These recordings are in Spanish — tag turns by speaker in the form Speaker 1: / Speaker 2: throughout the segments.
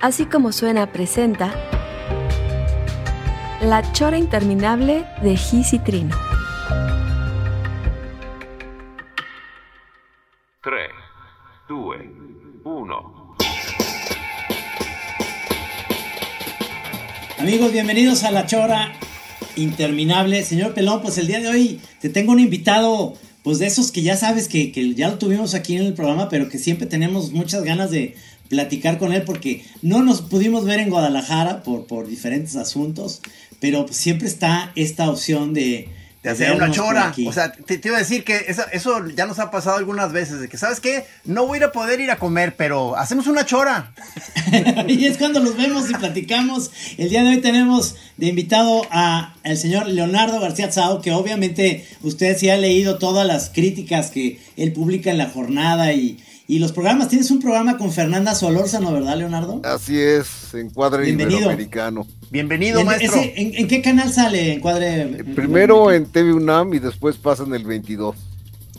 Speaker 1: Así como suena presenta La chora interminable de Gis y Trino.
Speaker 2: 3, 2, 1.
Speaker 3: Amigos, bienvenidos a La Chora Interminable. Señor Pelón, pues el día de hoy te tengo un invitado, pues de esos que ya sabes que, que ya lo tuvimos aquí en el programa, pero que siempre tenemos muchas ganas de platicar con él porque no nos pudimos ver en Guadalajara por, por diferentes asuntos, pero pues siempre está esta opción de...
Speaker 4: De hacer una
Speaker 3: vernos por
Speaker 4: chora.
Speaker 3: aquí.
Speaker 4: O sea, te, te iba a decir que eso, eso ya nos ha pasado algunas veces. De que, ¿sabes qué? No voy a ir a poder ir a comer, pero hacemos una chora.
Speaker 3: y es cuando los vemos y platicamos. El día de hoy tenemos de invitado a el señor Leonardo García Tsao, que obviamente usted sí ha leído todas las críticas que él publica en la jornada y, y los programas. Tienes un programa con Fernanda Solórzano, ¿verdad, Leonardo?
Speaker 5: Así es, encuadre
Speaker 3: Bienvenido.
Speaker 5: iberoamericano.
Speaker 4: Bienvenido,
Speaker 3: ¿En,
Speaker 4: maestro.
Speaker 3: ese- en- en qué canal sale Encuadre?
Speaker 5: Eh, Primero en TV UNAM y después pasan el 22.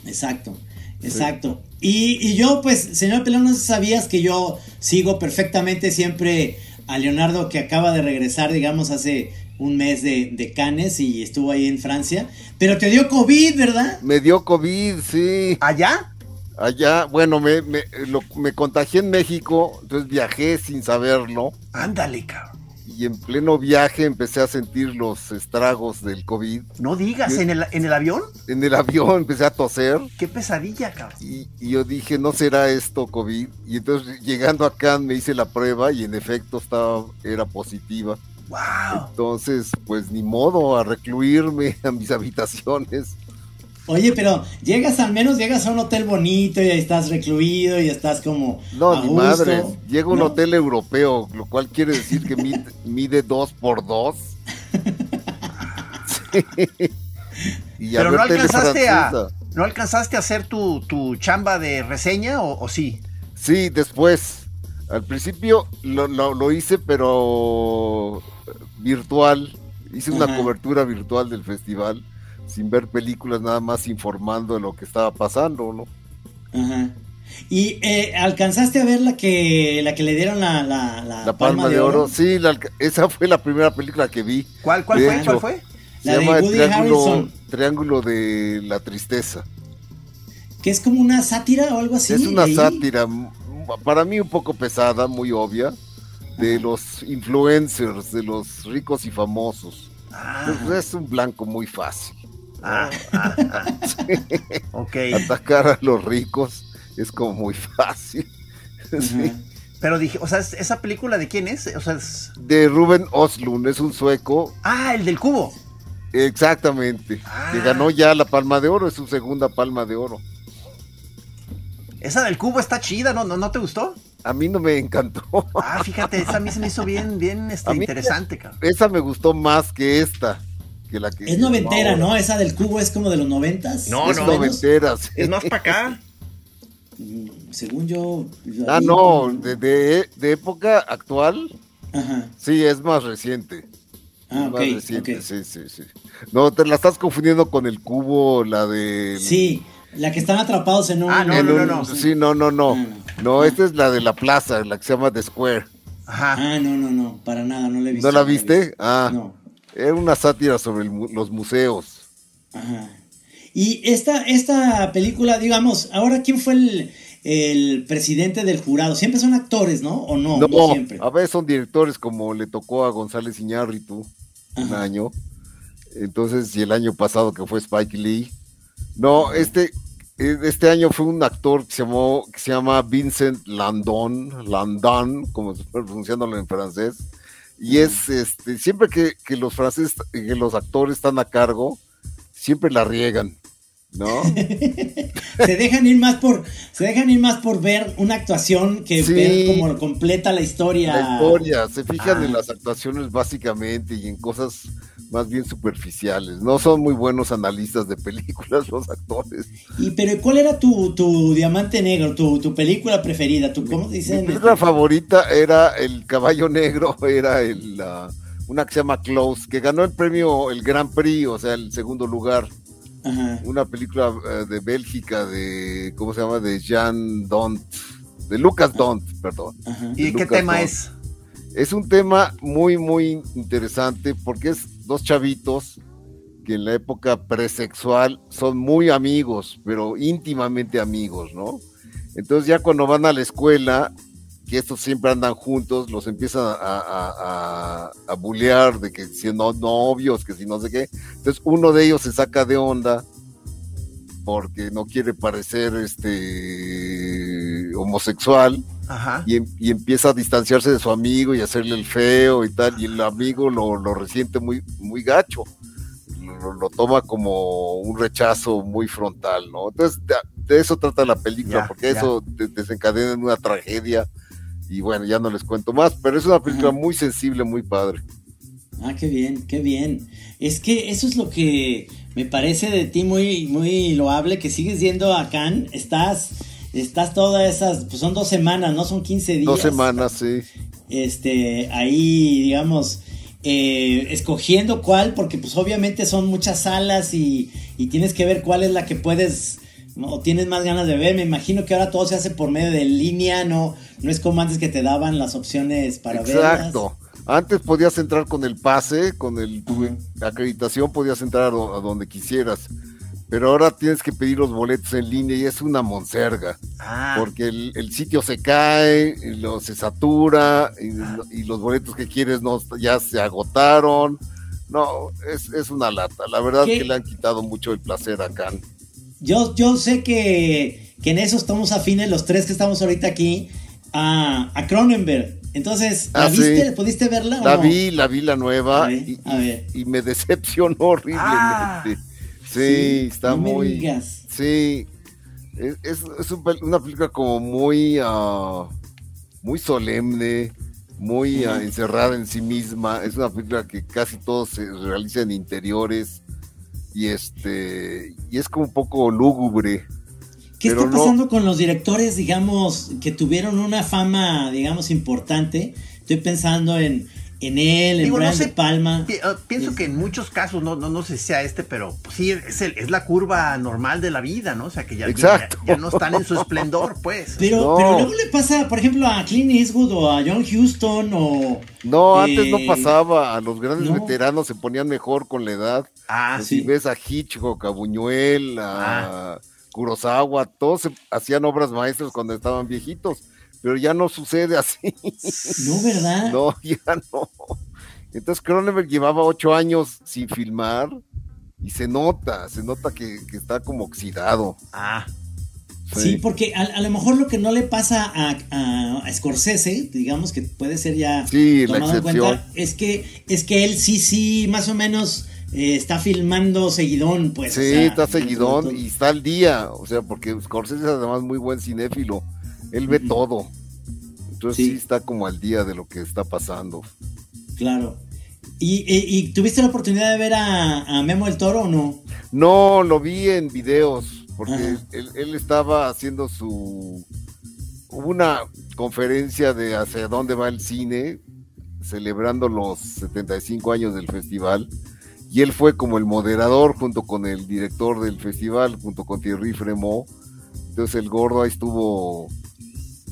Speaker 3: Exacto, exacto. Y, y yo, pues, señor Pelón, no sé si sabías que yo sigo perfectamente siempre a Leonardo, que acaba de regresar, digamos, hace un mes de, de Cannes y estuvo ahí en Francia. Pero te dio COVID, ¿verdad?
Speaker 5: Me dio COVID, sí.
Speaker 4: ¿Allá?
Speaker 5: Allá, bueno, me, me, eh, lo- me contagié en México, entonces viajé sin saberlo.
Speaker 4: Ándale, cabrón.
Speaker 5: Y en pleno viaje empecé a sentir los estragos del COVID.
Speaker 4: No digas, ¿en el, en el avión?
Speaker 5: En el avión empecé a toser
Speaker 4: Qué pesadilla, cabrón.
Speaker 5: y, y yo dije, no será esto COVID. Y entonces llegando acá me hice la prueba y en efecto estaba, era positiva.
Speaker 4: ¡Wow!
Speaker 5: Entonces, pues ni modo, a recluirme a mis habitaciones.
Speaker 3: Oye, pero llegas al menos, llegas a un hotel bonito y ahí estás recluido y estás como.
Speaker 5: No,
Speaker 3: a
Speaker 5: ni
Speaker 3: gusto.
Speaker 5: madre. Llega un
Speaker 3: No.
Speaker 5: hotel europeo, lo cual quiere decir que mide, mide dos por dos. Sí. Y
Speaker 4: Pero no
Speaker 5: había tele
Speaker 4: alcanzaste, a,
Speaker 5: francesa.
Speaker 4: no alcanzaste a hacer tu, tu chamba de reseña o, o sí.
Speaker 5: Sí, después. Al principio lo, lo- lo hice, pero eh, virtual. Hice una
Speaker 3: Ajá.
Speaker 5: cobertura virtual del festival, sin ver películas, nada más informando de lo que estaba pasando, ¿no?
Speaker 3: Ajá. Y eh, alcanzaste a ver la que, la que le dieron la, la, la
Speaker 5: La Palma, de, oro. Sí, la alca- esa fue la primera película que vi.
Speaker 4: ¿Cuál, cuál
Speaker 5: De
Speaker 4: fue? ¿Cuál
Speaker 5: hecho.
Speaker 4: fue?
Speaker 5: Se
Speaker 3: La de
Speaker 5: llama
Speaker 3: Woody
Speaker 5: triángulo,
Speaker 3: Harrelson.
Speaker 5: triángulo de la Tristeza.
Speaker 3: Que es como una sátira o algo así.
Speaker 5: es una
Speaker 3: ¿eh?
Speaker 5: sátira, m- para mí un poco pesada, muy obvia, de los influencers, de los ricos y famosos. Entonces, es un blanco muy fácil.
Speaker 4: Ah, ah, ah. Ok.
Speaker 5: Atacar a los ricos es como muy fácil. Sí.
Speaker 3: Ajá.
Speaker 4: Pero dije, o sea, ¿es- ¿esa película de quién es? O sea, es...
Speaker 5: De Ruben Oslund, es un sueco,
Speaker 4: Ah, el del cubo.
Speaker 5: exactamente, que
Speaker 4: Ah.
Speaker 5: ganó ya la Palma de Oro, es su segunda Palma de Oro.
Speaker 4: Esa del cubo está chida, ¿no? ¿No, no te gustó?
Speaker 5: A mí no me encantó.
Speaker 4: Ah, fíjate, esa a mí se me hizo bien, bien este,
Speaker 5: A mí-
Speaker 4: interesante, cabrón.
Speaker 5: Esa me gustó más que esta. Que la que
Speaker 3: Es noventera,
Speaker 5: ahora.
Speaker 3: ¿no? Esa del cubo es como de los noventas.
Speaker 4: No,
Speaker 3: más
Speaker 5: es
Speaker 3: o
Speaker 4: no.
Speaker 3: menos.
Speaker 5: noventera, sí.
Speaker 4: Es más para acá.
Speaker 3: Mm, Según yo. yo
Speaker 5: Ah,
Speaker 3: vi
Speaker 5: no,
Speaker 3: como-
Speaker 5: de, de- de época actual,
Speaker 3: Ajá.
Speaker 5: sí, es más reciente.
Speaker 3: Ah,
Speaker 5: Es
Speaker 3: ok.
Speaker 5: más reciente,
Speaker 3: ok.
Speaker 5: sí, sí, sí. No, te la estás confundiendo con el cubo, la de...
Speaker 3: Sí, la que están atrapados en un.
Speaker 4: Ah, no,
Speaker 5: en
Speaker 4: no,
Speaker 5: un-
Speaker 4: no, no.
Speaker 5: Sí, no, no, no.
Speaker 3: Ah,
Speaker 5: No, esta es la de la plaza, la que se llama The Square.
Speaker 4: Ajá.
Speaker 3: Ah, no, no, no. Para nada, no la he visto.
Speaker 5: ¿No la
Speaker 3: he
Speaker 5: viste?
Speaker 3: visto.
Speaker 5: Ah,
Speaker 3: No.
Speaker 5: era una sátira sobre el mu- los museos.
Speaker 3: Ajá. Y esta, esta película, digamos, ahora, ¿quién fue el, el presidente del jurado? Siempre son actores, ¿no? ¿O no?
Speaker 5: No, Ah.
Speaker 3: siempre.
Speaker 5: a veces son directores como le tocó a González Iñárritu un
Speaker 3: Ajá.
Speaker 5: año. Entonces, y el año pasado que fue Spike Lee. No, este, eh, este año fue un actor que se, llamó, que se llama Vincent Landon, Landon, como se fue pronunciándolo en francés. Y es, este, siempre que, que los franceses, que los actores están a cargo, siempre la riegan. ¿no?
Speaker 3: se dejan ir más por se dejan ir más por ver una actuación que
Speaker 5: Sí.
Speaker 3: ver como completa la historia.
Speaker 5: La historia, se fijan
Speaker 3: Ah.
Speaker 5: en las actuaciones básicamente y en cosas más bien superficiales. No son muy buenos analistas de películas los actores.
Speaker 3: Y pero ¿cuál era tu, tu diamante negro, tu, tu película preferida, tu cómo dicen?
Speaker 5: Mi película favorita era El Caballo Negro, era el, ah, una que se llama Close, que ganó el premio, el Gran Prix, o sea, el segundo lugar.
Speaker 3: Ajá.
Speaker 5: Una película eh, de Bélgica, de, ¿cómo se llama? De Jean Dont, de Lucas Dont, perdón.
Speaker 3: Ajá.
Speaker 4: ¿Y
Speaker 5: De
Speaker 4: qué
Speaker 5: Lucas
Speaker 4: tema
Speaker 5: Dont.
Speaker 4: es?
Speaker 5: Es un tema muy, muy interesante porque es dos chavitos que en la época presexual son muy amigos, pero íntimamente amigos, ¿no? Entonces ya cuando van a la escuela, que estos siempre andan juntos, los empiezan a, a, a- a bullear de que si no novios, que si no sé qué. Entonces uno de ellos se saca de onda porque no quiere parecer este homosexual
Speaker 4: Ajá.
Speaker 5: y, em- y empieza a distanciarse de su amigo y a hacerle el feo y tal, y el amigo lo, lo resiente muy, muy gacho, lo, lo- lo toma como un rechazo muy frontal, ¿no? Entonces, de, de eso trata la película,
Speaker 4: Ya,
Speaker 5: porque
Speaker 4: ya.
Speaker 5: eso de- desencadena en una tragedia, y bueno, ya no les cuento más, pero es una película
Speaker 3: Ujú.
Speaker 5: muy sensible, muy padre.
Speaker 3: Ah, qué bien, qué bien. Es que eso es lo que me parece de ti muy, muy loable, que sigues yendo a Cannes, estás, estás todas esas, pues son dos semanas, no son 15 días.
Speaker 5: Dos semanas, sí.
Speaker 3: Este, ahí, digamos, eh, escogiendo cuál, porque pues obviamente son muchas salas y, y tienes que ver cuál es la que puedes ¿no? o tienes más ganas de ver. Me imagino que ahora todo se hace por medio de línea, no, no es como antes que te daban las opciones para ver.
Speaker 5: Exacto. Antes podías entrar con el pase, con el tu acreditación podías entrar a, do- a donde quisieras, pero ahora tienes que pedir los boletos en línea y es una monserga,
Speaker 4: Ah,
Speaker 5: porque el, el sitio se cae, y lo, se satura y,
Speaker 3: Ah.
Speaker 5: y los boletos que quieres no ya se agotaron. No, es, es una lata. La verdad
Speaker 3: ¿Qué?
Speaker 5: que le han quitado mucho el placer a Khan.
Speaker 3: Yo, yo sé que, que en eso estamos afines los tres que estamos ahorita aquí a, a Cronenberg. Entonces, ¿la
Speaker 5: Ah, sí.
Speaker 3: viste? ¿Pudiste verla? o
Speaker 5: La
Speaker 3: no?
Speaker 5: vi, la vi la nueva
Speaker 3: A ver,
Speaker 5: y,
Speaker 3: a
Speaker 5: y-
Speaker 3: ver.
Speaker 5: y me decepcionó horriblemente.
Speaker 4: Ah,
Speaker 5: sí, está
Speaker 3: no me
Speaker 5: muy.
Speaker 3: digas.
Speaker 5: Sí, es, es- es un pel- una película como muy, ah, muy solemne, muy ah,
Speaker 3: Ujú.
Speaker 5: encerrada en sí misma. Es una película que casi todo se realiza en interiores y este y es como un poco lúgubre.
Speaker 3: ¿Qué
Speaker 5: Pero
Speaker 3: está
Speaker 5: no-
Speaker 3: pasando con los directores, digamos, que tuvieron una fama, digamos, importante? Estoy pensando en, en él, en
Speaker 4: Digo, no
Speaker 3: Brian
Speaker 4: sé,
Speaker 3: De Palma.
Speaker 4: pi- ah, pienso que en muchos casos, no, no, no sé si sea este, pero pues, sí, es, el- es la curva normal de la vida, ¿no? O sea, que ya,
Speaker 5: Exacto.
Speaker 4: ya- ya no están en su esplendor, pues.
Speaker 3: Pero,
Speaker 5: No.
Speaker 3: pero luego le pasa, por ejemplo, a Clint Eastwood o a John Huston o...
Speaker 5: No, antes no
Speaker 3: Eh,
Speaker 5: pasaba. A los grandes
Speaker 3: no.
Speaker 5: veteranos se ponían mejor con la edad.
Speaker 4: Ah,
Speaker 3: Pues
Speaker 5: Si
Speaker 3: sí. Ah.
Speaker 5: ves a Hitchcock, a Buñuel, a Kurosawa, todos se- hacían obras maestras cuando estaban viejitos, pero ya no sucede así.
Speaker 3: No, ¿verdad?
Speaker 5: No, ya no. Entonces Cronenberg llevaba ocho años sin filmar y se nota, se nota que, que está como oxidado.
Speaker 4: ah,
Speaker 3: Sí, porque a, a lo mejor lo que no le pasa a, a- a Scorsese, digamos que puede ser ya
Speaker 5: Sí, la
Speaker 3: tomado en
Speaker 5: excepción.
Speaker 3: cuenta, es que, es que él sí, sí, más o menos eh, está filmando seguidón, pues.
Speaker 5: Sí,
Speaker 3: o sea,
Speaker 5: está
Speaker 3: todo-
Speaker 5: seguidón y está al día, o sea, porque Scorsese es además muy buen cinéfilo, él ve todo. Entonces
Speaker 3: Sí.
Speaker 5: sí está como al día de lo que está pasando.
Speaker 3: Claro. ¿Y, y- y tuviste la oportunidad de ver a, a Memo el Toro o no?
Speaker 5: No, lo vi en videos, porque
Speaker 3: Ajá.
Speaker 5: él, él estaba haciendo su... Hubo una conferencia de hacia dónde va el cine, celebrando los 75 años del festival, y él fue como el moderador junto con el director del festival, junto con Thierry Fremont. Entonces el gordo ahí estuvo...
Speaker 4: ¿y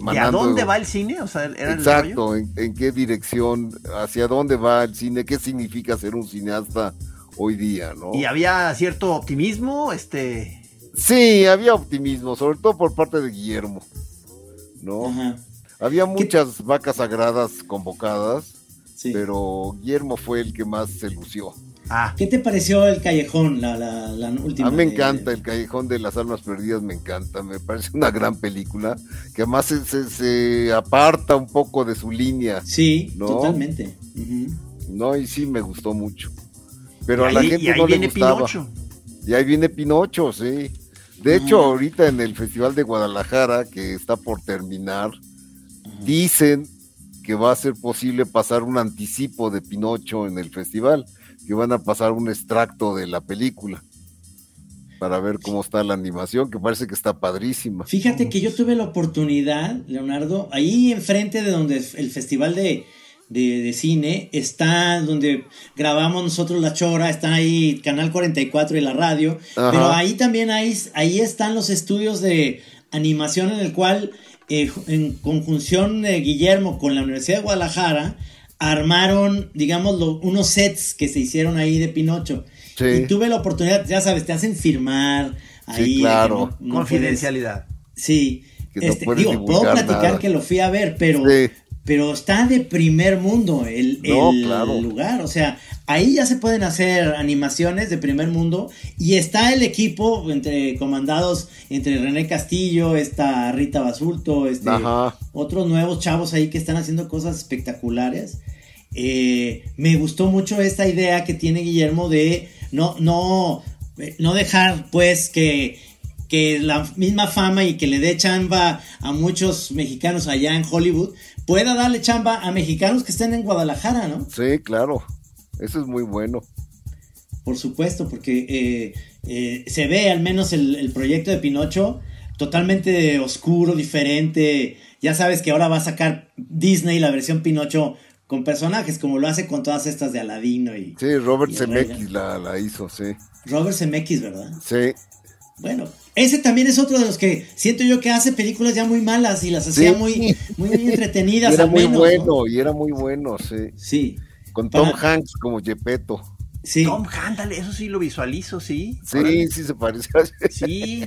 Speaker 4: a
Speaker 5: mandando-
Speaker 4: dónde va el cine? O sea, era el rollo.
Speaker 5: Exacto, en, en qué dirección, hacia dónde va el cine, qué significa ser un cineasta hoy día, ¿no?
Speaker 4: Y había cierto optimismo, este.
Speaker 5: Sí, había optimismo, sobre todo por parte de Guillermo. ¿No?
Speaker 3: Ajá.
Speaker 5: Había muchas vacas sagradas convocadas,
Speaker 3: Sí.
Speaker 5: pero Guillermo fue el que más se lució.
Speaker 4: Ah,
Speaker 3: ¿Qué te pareció el callejón, la, la- la última?
Speaker 5: A mí me
Speaker 3: de-
Speaker 5: encanta El Callejón de las Almas Perdidas, me encanta, me parece una gran película, que además se, se- se aparta un poco de su línea,
Speaker 3: Sí,
Speaker 5: ¿No?
Speaker 3: totalmente. Ujú.
Speaker 5: ¿no? Y sí, me gustó mucho. Pero
Speaker 4: y
Speaker 5: a la
Speaker 4: ahí- y
Speaker 5: gente
Speaker 4: ahí
Speaker 5: no le
Speaker 4: viene
Speaker 5: gustaba.
Speaker 4: Pinocho.
Speaker 5: Y ahí viene Pinocho, sí. De hecho, ahorita en el Festival de Guadalajara, que está por terminar, dicen que va a ser posible pasar un anticipo de Pinocho en el festival, que van a pasar un extracto de la película para ver cómo está la animación, que parece que está padrísima.
Speaker 3: Fíjate que yo tuve la oportunidad, Leonardo, ahí enfrente de donde f- el festival de, de- de cine está, donde grabamos nosotros La Chora, está ahí Canal 44 y la radio,
Speaker 5: Ajá.
Speaker 3: pero ahí también hay, ahí están los estudios de animación en el cual, eh, ju- en conjunción de Guillermo con la Universidad de Guadalajara, armaron, digamos, lo- unos sets que se hicieron ahí de Pinocho.
Speaker 5: Sí.
Speaker 3: Y tuve la oportunidad, ya sabes, te hacen firmar ahí. de que
Speaker 5: claro.
Speaker 3: no- no
Speaker 4: Confidencialidad.
Speaker 3: puedes- sí.
Speaker 5: Que no
Speaker 3: Este,
Speaker 5: puedes
Speaker 3: digo, puedo
Speaker 5: divulgar
Speaker 3: platicar
Speaker 5: nada.
Speaker 3: que lo fui a ver, pero,
Speaker 5: Sí.
Speaker 3: pero está de primer mundo el,
Speaker 5: No,
Speaker 3: el
Speaker 5: claro.
Speaker 3: lugar. O sea, ahí ya se pueden hacer animaciones de primer mundo y está el equipo entre comandados entre René Castillo, esta Rita Basulto, este,
Speaker 5: Ajá.
Speaker 3: otros nuevos chavos ahí que están haciendo cosas espectaculares. Eh, me gustó mucho esta idea que tiene Guillermo de no, no, eh, no dejar pues que, que la misma fama y que le dé chamba a muchos mexicanos allá en Hollywood pueda darle chamba a mexicanos que estén en Guadalajara, ¿no?
Speaker 5: Sí, claro. Eso es muy bueno.
Speaker 3: Por supuesto, porque eh, eh, se ve al menos el, el proyecto de Pinocho totalmente oscuro, diferente. Ya sabes que ahora va a sacar Disney la versión Pinocho con personajes, como lo hace con todas estas de Aladino y
Speaker 5: Sí, Robert
Speaker 3: Y el
Speaker 5: Zemeckis la, la hizo, sí.
Speaker 3: Robert Zemeckis, ¿verdad?
Speaker 5: Sí,
Speaker 3: Bueno, ese también es otro de los que siento yo que hace películas ya muy malas y las hacía
Speaker 5: Sí.
Speaker 3: muy, muy
Speaker 5: Y
Speaker 3: entretenidas.
Speaker 5: era
Speaker 3: al
Speaker 5: muy
Speaker 3: menos, ¿no?
Speaker 5: bueno, y era muy bueno, sí.
Speaker 3: Sí,
Speaker 5: Con Tom
Speaker 3: Para-
Speaker 5: Hanks como Gepetto.
Speaker 3: sí.
Speaker 4: Tom, ándale, eso sí lo visualizo, sí.
Speaker 5: Sí,
Speaker 4: Órale.
Speaker 5: sí se parecía.
Speaker 4: Sí.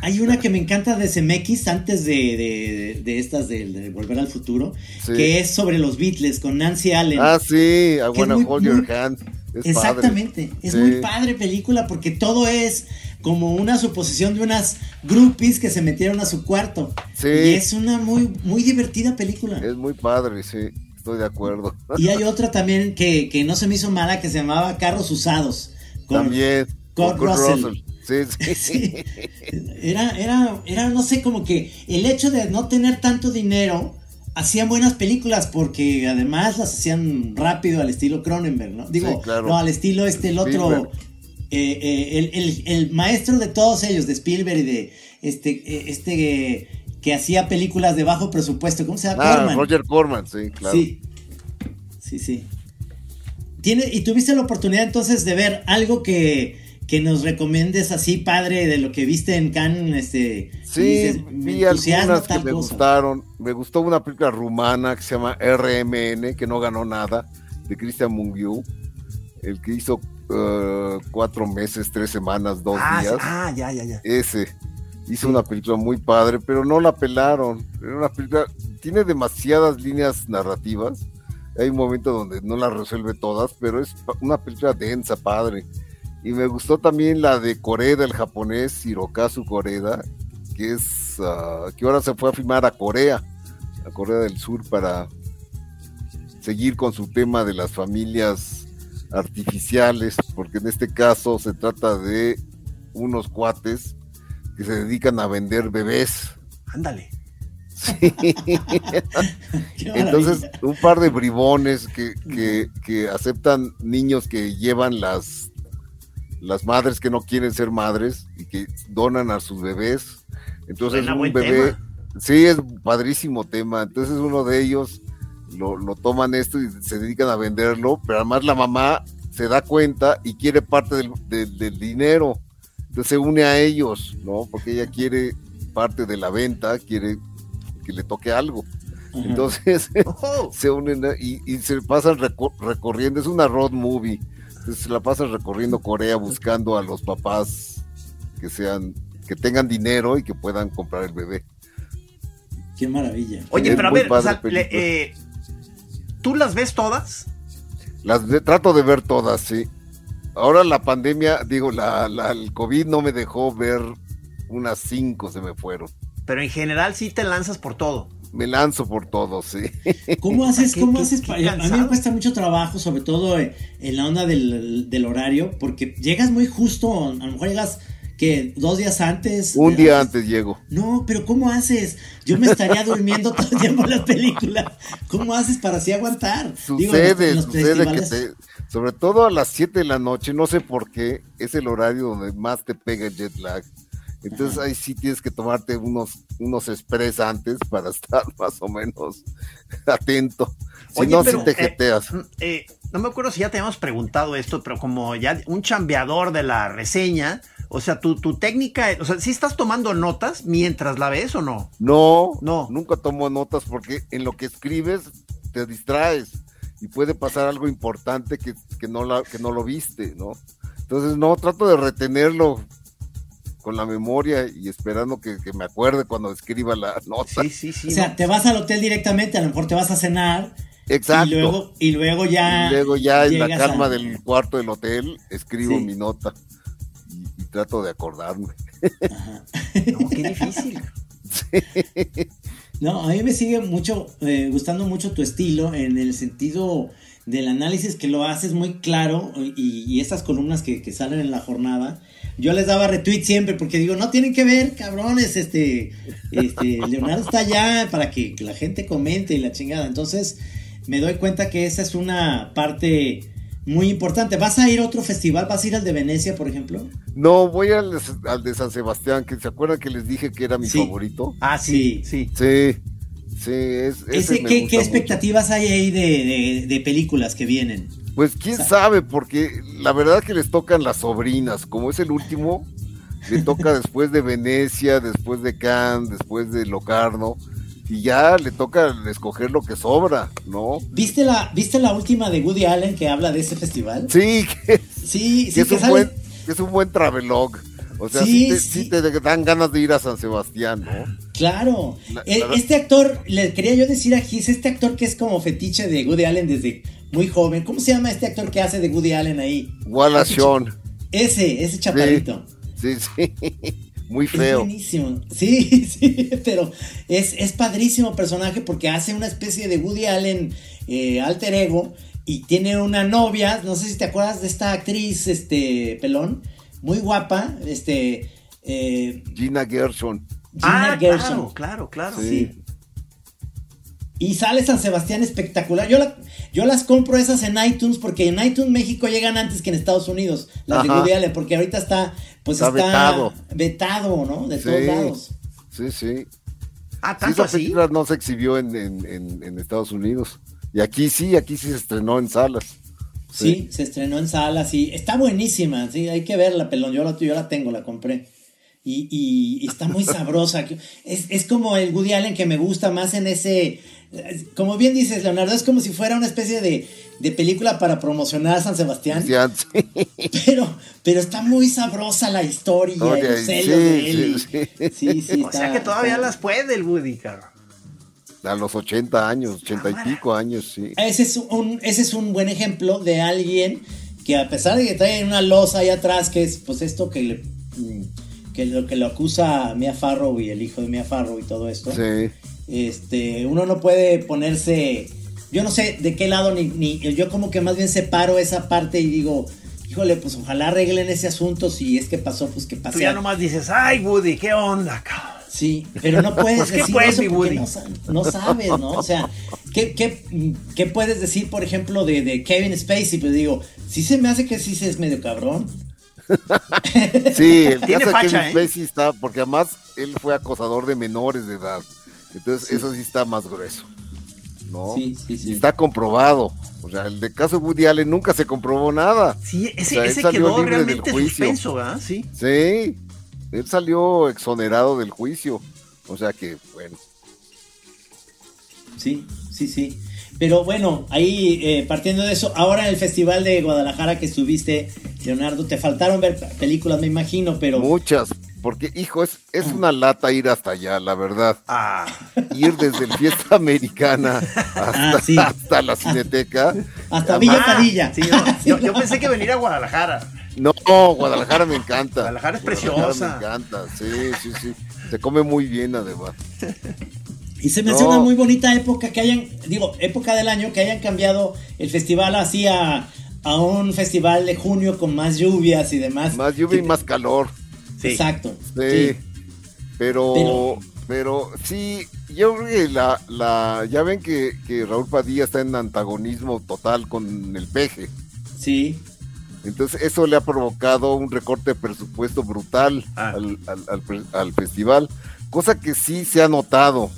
Speaker 3: Hay una que me encanta de Zemeckis antes de, de- de estas de, de Volver al Futuro,
Speaker 5: Sí.
Speaker 3: que es sobre los Beatles con Nancy Allen.
Speaker 5: Ah, sí, I
Speaker 3: Que es
Speaker 5: wanna
Speaker 3: muy-
Speaker 5: hold
Speaker 3: muy-
Speaker 5: your hand. Es
Speaker 3: Exactamente,
Speaker 5: padre.
Speaker 3: es
Speaker 5: Sí.
Speaker 3: muy padre película porque todo es como una suposición de unas groupies que se metieron a su cuarto.
Speaker 5: Sí.
Speaker 3: Y es una muy, muy divertida película.
Speaker 5: Es muy padre, sí. Estoy de acuerdo.
Speaker 3: Y hay otra también que, que no se me hizo mala que se llamaba Carros Usados. con-
Speaker 5: También.
Speaker 3: con
Speaker 5: Kurt
Speaker 3: Russell.
Speaker 5: Sí, sí.
Speaker 3: Sí. Era, era, era, no sé, como que el hecho de no tener tanto dinero hacían buenas películas porque además las hacían rápido al estilo Cronenberg, ¿no? Digo,
Speaker 5: Sí, claro.
Speaker 3: no, al estilo este, el otro,
Speaker 5: Spielberg.
Speaker 3: eh, eh, el, el- el maestro de todos ellos, de Spielberg y de este, eh, este eh, que hacía películas de bajo presupuesto, ¿cómo se llama?
Speaker 5: Ah,
Speaker 3: Corman.
Speaker 5: Roger Corman, sí, claro.
Speaker 3: Sí, sí, sí. Tiene, y tuviste la oportunidad entonces de ver algo que, que nos recomiendes así, padre, de lo que viste en Cannes, este. y
Speaker 5: Sí,
Speaker 3: dices, me
Speaker 5: vi
Speaker 3: entusiasma
Speaker 5: algunas que
Speaker 3: tal
Speaker 5: me
Speaker 3: cosa.
Speaker 5: gustaron. Me gustó una película rumana que se llama RMN, que no ganó nada, de Christian Mungiu, el que hizo eh, cuatro meses, tres semanas, dos
Speaker 4: Ah, sí.
Speaker 5: días.
Speaker 4: Ah, ya, ya, ya.
Speaker 5: Ese hizo una película muy padre, pero no la pelaron. Era una película, tiene demasiadas líneas narrativas. Hay un momento donde no las resuelve todas, pero es pa- una película densa, padre. Y me gustó también la de Coreda, el japonés, Hirokazu Coreda, que es ah, que ahora se fue a filmar a Corea, a Corea del Sur, para seguir con su tema de las familias artificiales, porque en este caso se trata de unos cuates que se dedican a vender bebés.
Speaker 4: Ándale.
Speaker 3: Qué
Speaker 5: Entonces,
Speaker 3: maravilla.
Speaker 5: un par de bribones que, que- que aceptan niños que llevan las, las madres que no quieren ser madres y que donan a sus bebés. Entonces,
Speaker 4: Suena
Speaker 5: un
Speaker 4: buen
Speaker 5: bebé.
Speaker 4: tema.
Speaker 5: Sí, es padrísimo tema. Entonces, uno de ellos lo, lo toman esto y se dedican a venderlo, pero además la mamá se da cuenta y quiere parte del, del- del dinero. Entonces se une a ellos, ¿no? Porque ella quiere parte de la venta, quiere que le toque algo.
Speaker 3: Ajá.
Speaker 5: Entonces
Speaker 4: Ojo.
Speaker 5: se unen a- y, y se pasan reco- recorriendo, es una road movie, Entonces, se la pasan recorriendo Corea buscando a los papás que sean, que tengan dinero y que puedan comprar el bebé.
Speaker 3: Qué maravilla.
Speaker 4: Oye,
Speaker 5: Es
Speaker 4: pero a
Speaker 5: muy
Speaker 4: ver,
Speaker 5: padre
Speaker 4: o sea,
Speaker 5: película.
Speaker 4: le- eh, ¿tú las ves todas?
Speaker 5: Las ve- trato de ver todas, sí. Ahora la pandemia, digo, la, la- el COVID no me dejó ver unas cinco, se me fueron.
Speaker 4: Pero en general sí te lanzas por todo.
Speaker 5: Me lanzo por todo, sí.
Speaker 3: ¿Cómo haces?
Speaker 4: qué-
Speaker 3: ¿Cómo
Speaker 4: qué-
Speaker 3: haces?
Speaker 4: qué
Speaker 3: pa- a mí me
Speaker 4: cansado?
Speaker 3: cuesta mucho trabajo, sobre todo eh, en la onda del, del horario, porque llegas muy justo, a lo mejor llegas que dos días antes.
Speaker 5: Un
Speaker 3: de-
Speaker 5: día antes llego.
Speaker 3: No, pero ¿cómo haces? Yo me estaría durmiendo todo el tiempo en las películas. ¿Cómo haces para así aguantar? Digo, en los-
Speaker 5: Sucede,
Speaker 3: en los
Speaker 5: sucede que
Speaker 3: festivales-
Speaker 5: te, sobre todo a las 7 de la noche, no sé por qué, es el horario donde más te pega el jet lag. Entonces ahí sí tienes que tomarte unos, unos express antes para estar más o menos atento. Si
Speaker 4: Oye,
Speaker 5: no,
Speaker 4: pero,
Speaker 5: si te
Speaker 4: eh,
Speaker 5: jeteas.
Speaker 4: Mm, eh, no me acuerdo si ya te habíamos preguntado esto, pero como ya un chambeador de la reseña, o sea, tu, tu técnica, o sea, si estás tomando notas mientras la ves o no?
Speaker 5: No,
Speaker 4: No.
Speaker 5: nunca tomo notas porque en lo que escribes te distraes y puede pasar algo importante que, que no, la, que no lo viste, ¿no? Entonces, no, trato de retenerlo con la memoria y esperando que, que me acuerde cuando escriba la nota.
Speaker 4: Sí, sí, sí.
Speaker 3: O sea,
Speaker 4: no.
Speaker 3: te vas al hotel directamente, a lo mejor te vas a cenar.
Speaker 5: Exacto.
Speaker 3: Y luego, y luego ya.
Speaker 5: Y luego ya en la
Speaker 3: llegas a-
Speaker 5: calma del cuarto del hotel escribo
Speaker 3: Sí.
Speaker 5: mi nota y, y trato de acordarme.
Speaker 4: No, qué difícil.
Speaker 3: No, a mí me sigue mucho, eh, gustando mucho tu estilo en el sentido del análisis que lo haces muy claro y, y estas columnas que, que salen en la jornada. Yo les daba retweet siempre porque digo, no tienen que ver, cabrones, este, este, Leonardo está allá para que la gente comente y la chingada. Entonces me doy cuenta que esa es una parte muy importante. ¿Vas a ir a otro festival? ¿Vas a ir al de Venecia, por ejemplo?
Speaker 5: No, voy al, al de San Sebastián, que se acuerdan que les dije que era mi
Speaker 3: Sí.
Speaker 5: favorito.
Speaker 4: Ah, sí,
Speaker 3: Sí.
Speaker 4: sí.
Speaker 5: Sí, sí, es, ese
Speaker 3: Ese,
Speaker 5: me
Speaker 3: ¿Qué,
Speaker 5: gusta
Speaker 3: qué
Speaker 5: mucho.
Speaker 3: expectativas hay ahí de- de- de películas que vienen?
Speaker 5: Pues quién
Speaker 3: Ah.
Speaker 5: sabe, porque la verdad que les tocan las sobrinas, como es el último, le toca después de Venecia, después de Cannes, después de Locarno, y ya le toca escoger lo que sobra, ¿no?
Speaker 3: ¿Viste la, ¿Viste la última de Woody Allen que habla de ese festival?
Speaker 5: Sí, que,
Speaker 3: sí,
Speaker 5: que
Speaker 3: sí,
Speaker 5: es,
Speaker 3: que
Speaker 5: un
Speaker 3: sale-
Speaker 5: buen, que es un buen travelog. O sea, sí,
Speaker 3: Sí,
Speaker 5: te,
Speaker 3: sí.
Speaker 5: sí te dan ganas de ir a San Sebastián, ¿no?
Speaker 3: Claro.
Speaker 5: La-
Speaker 3: Eh,
Speaker 5: la verdad-
Speaker 3: este actor, le quería yo decir a Gis, este actor que es como fetiche de Woody Allen desde muy joven. ¿Cómo se llama este actor que hace de Woody Allen ahí?
Speaker 5: Wallace Shawn.
Speaker 3: Ese, ese chaparrito.
Speaker 5: Sí, sí. Muy
Speaker 3: Es
Speaker 5: feo.
Speaker 3: buenísimo. Sí, sí, pero es, es padrísimo personaje porque hace una especie de Woody Allen eh, alter ego y tiene una novia, no sé si te acuerdas de esta actriz, este, pelón, muy guapa, este, eh,
Speaker 5: Gina Gershon.
Speaker 3: Gina
Speaker 4: ah,
Speaker 3: Gershon.
Speaker 4: claro, claro, claro.
Speaker 3: Sí. Y sale San Sebastián espectacular. Yo, la- yo las compro esas en iTunes porque en iTunes México llegan antes que en Estados Unidos, las de
Speaker 5: Ajá.
Speaker 3: Woody Allen, porque ahorita está, pues
Speaker 5: Está
Speaker 3: está,
Speaker 5: vetado.
Speaker 3: vetado. ¿no? De
Speaker 5: Sí.
Speaker 3: todos lados.
Speaker 5: Sí, sí.
Speaker 4: Ah,
Speaker 5: Sí,
Speaker 4: tanto
Speaker 5: esa
Speaker 4: así.
Speaker 5: película no se exhibió en, en- en- en Estados Unidos. Y aquí sí, aquí sí se estrenó en salas.
Speaker 3: Sí, se estrenó en salas y está buenísima, sí, hay que verla, pelón, yo la, yo la tengo, la compré. Y, y- y está muy sabrosa. Es, es como el Woody Allen que me gusta más en ese... Como bien dices, Leonardo, es como si fuera una especie de, de película para promocionar a San Sebastián,
Speaker 5: Sí, antes.
Speaker 3: pero, pero está muy sabrosa la historia y
Speaker 5: Oye,
Speaker 3: los celos
Speaker 5: sí,
Speaker 3: de él.
Speaker 5: sí,
Speaker 3: y-
Speaker 5: sí.
Speaker 3: sí, sí,
Speaker 4: O sea
Speaker 3: está-
Speaker 4: que todavía
Speaker 3: está-
Speaker 4: las puede el Woody, cabrón.
Speaker 5: A los 80 años, 80 y pico años, sí.
Speaker 3: Ah, Ese es un, ese es un buen ejemplo de alguien que a pesar de que trae una losa ahí atrás, que es pues esto que le- mm, que lo que lo acusa Mia Farrow y el hijo de Mia Farrow y todo esto,
Speaker 5: Sí.
Speaker 3: este, uno no puede ponerse, yo no sé de qué lado ni, ni- yo como que más bien separo esa parte y digo, híjole, pues ojalá arreglen ese asunto si es que pasó, pues que
Speaker 4: Tú
Speaker 3: pase.
Speaker 4: ya nomás dices, ay, Woody, qué onda, cabrón.
Speaker 3: Sí, pero no puedes
Speaker 4: Pues, ¿qué
Speaker 3: decir
Speaker 4: puedes,
Speaker 3: eso
Speaker 4: mi
Speaker 3: porque
Speaker 4: Woody?
Speaker 3: no, sa- no sabes, ¿no? O sea, ¿qué, qué, mm, qué puedes decir, por ejemplo, de, de Kevin Spacey? Pues digo, sí se me hace que sí se es medio cabrón.
Speaker 5: Sí, el
Speaker 4: Tiene
Speaker 5: caso de
Speaker 4: facha,
Speaker 5: Kevin
Speaker 4: ¿eh?
Speaker 5: Spacey está, porque además él fue acosador de menores de edad. Entonces, eso sí está más grueso. ¿No?
Speaker 3: Sí, sí, sí.
Speaker 5: Y está comprobado. O sea, el de caso Woody Allen nunca se comprobó nada.
Speaker 4: Sí, ese,
Speaker 5: O sea, él
Speaker 4: ese
Speaker 5: salió
Speaker 4: quedó
Speaker 5: libre del
Speaker 4: realmente
Speaker 5: juicio.
Speaker 4: suspenso, ¿verdad? Sí.
Speaker 5: Sí, él salió exonerado del juicio. O sea que, bueno,
Speaker 3: Sí, sí, sí. Pero bueno, ahí eh, partiendo de eso, ahora en el Festival de Guadalajara que estuviste, Leonardo, te faltaron ver pe- películas, me imagino, pero...
Speaker 5: muchas. Porque, hijo, es, es una lata ir hasta allá, la verdad.
Speaker 4: Ah,
Speaker 5: Ir desde el Fiesta Americana hasta,
Speaker 3: Ah, sí.
Speaker 5: hasta la Cineteca.
Speaker 3: Hasta
Speaker 5: Además-
Speaker 3: Villa
Speaker 4: Ah,
Speaker 3: Padilla.
Speaker 4: sí, no, yo, yo pensé que venir a Guadalajara.
Speaker 5: No, Guadalajara me encanta.
Speaker 4: Guadalajara es
Speaker 5: Guadalajara
Speaker 4: preciosa.
Speaker 5: me encanta, sí, sí, sí. Se come muy bien, además.
Speaker 3: Y se me hace
Speaker 5: No.
Speaker 3: una muy bonita época que hayan, digo, época del año que hayan cambiado el festival así a, a un festival de junio con más lluvias y demás.
Speaker 5: Más lluvia y
Speaker 3: Que-
Speaker 5: más calor.
Speaker 4: Sí.
Speaker 3: Exacto.
Speaker 5: Sí.
Speaker 3: Sí.
Speaker 5: Pero,
Speaker 3: Pero-
Speaker 5: pero, sí, yo creo que la, la, ya ven que, que Raúl Padilla está en antagonismo total con el peje.
Speaker 3: sí.
Speaker 5: Entonces eso le ha provocado un recorte de presupuesto brutal
Speaker 4: Ah.
Speaker 5: al, al- al pre- al festival, cosa que sí se ha notado.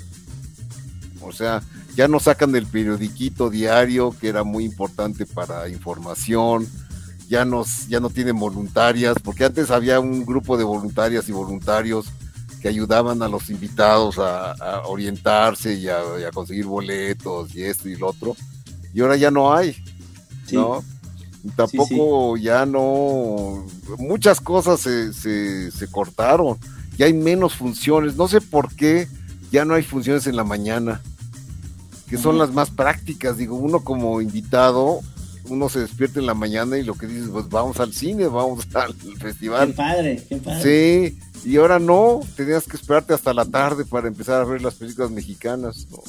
Speaker 5: O sea, ya no sacan el periodiquito diario que era muy importante para información, ya, nos, ya no tienen voluntarias, porque antes había un grupo de voluntarias y voluntarios que ayudaban a los invitados a, a orientarse y a- y a conseguir boletos y esto y lo otro, y ahora ya no hay.
Speaker 3: sí.
Speaker 5: ¿no? Tampoco ya no, muchas cosas se, se- se cortaron, ya hay menos funciones, no sé por qué ya no hay funciones en la mañana, que son
Speaker 3: Ujú.
Speaker 5: las más prácticas, digo, uno como invitado, uno se despierta en la mañana y lo que dices, pues vamos al cine, vamos al
Speaker 3: Qué
Speaker 5: festival,
Speaker 3: padre, qué padre.
Speaker 5: sí, y ahora no, tenías que esperarte hasta la tarde para empezar a ver las películas mexicanas, ¿no?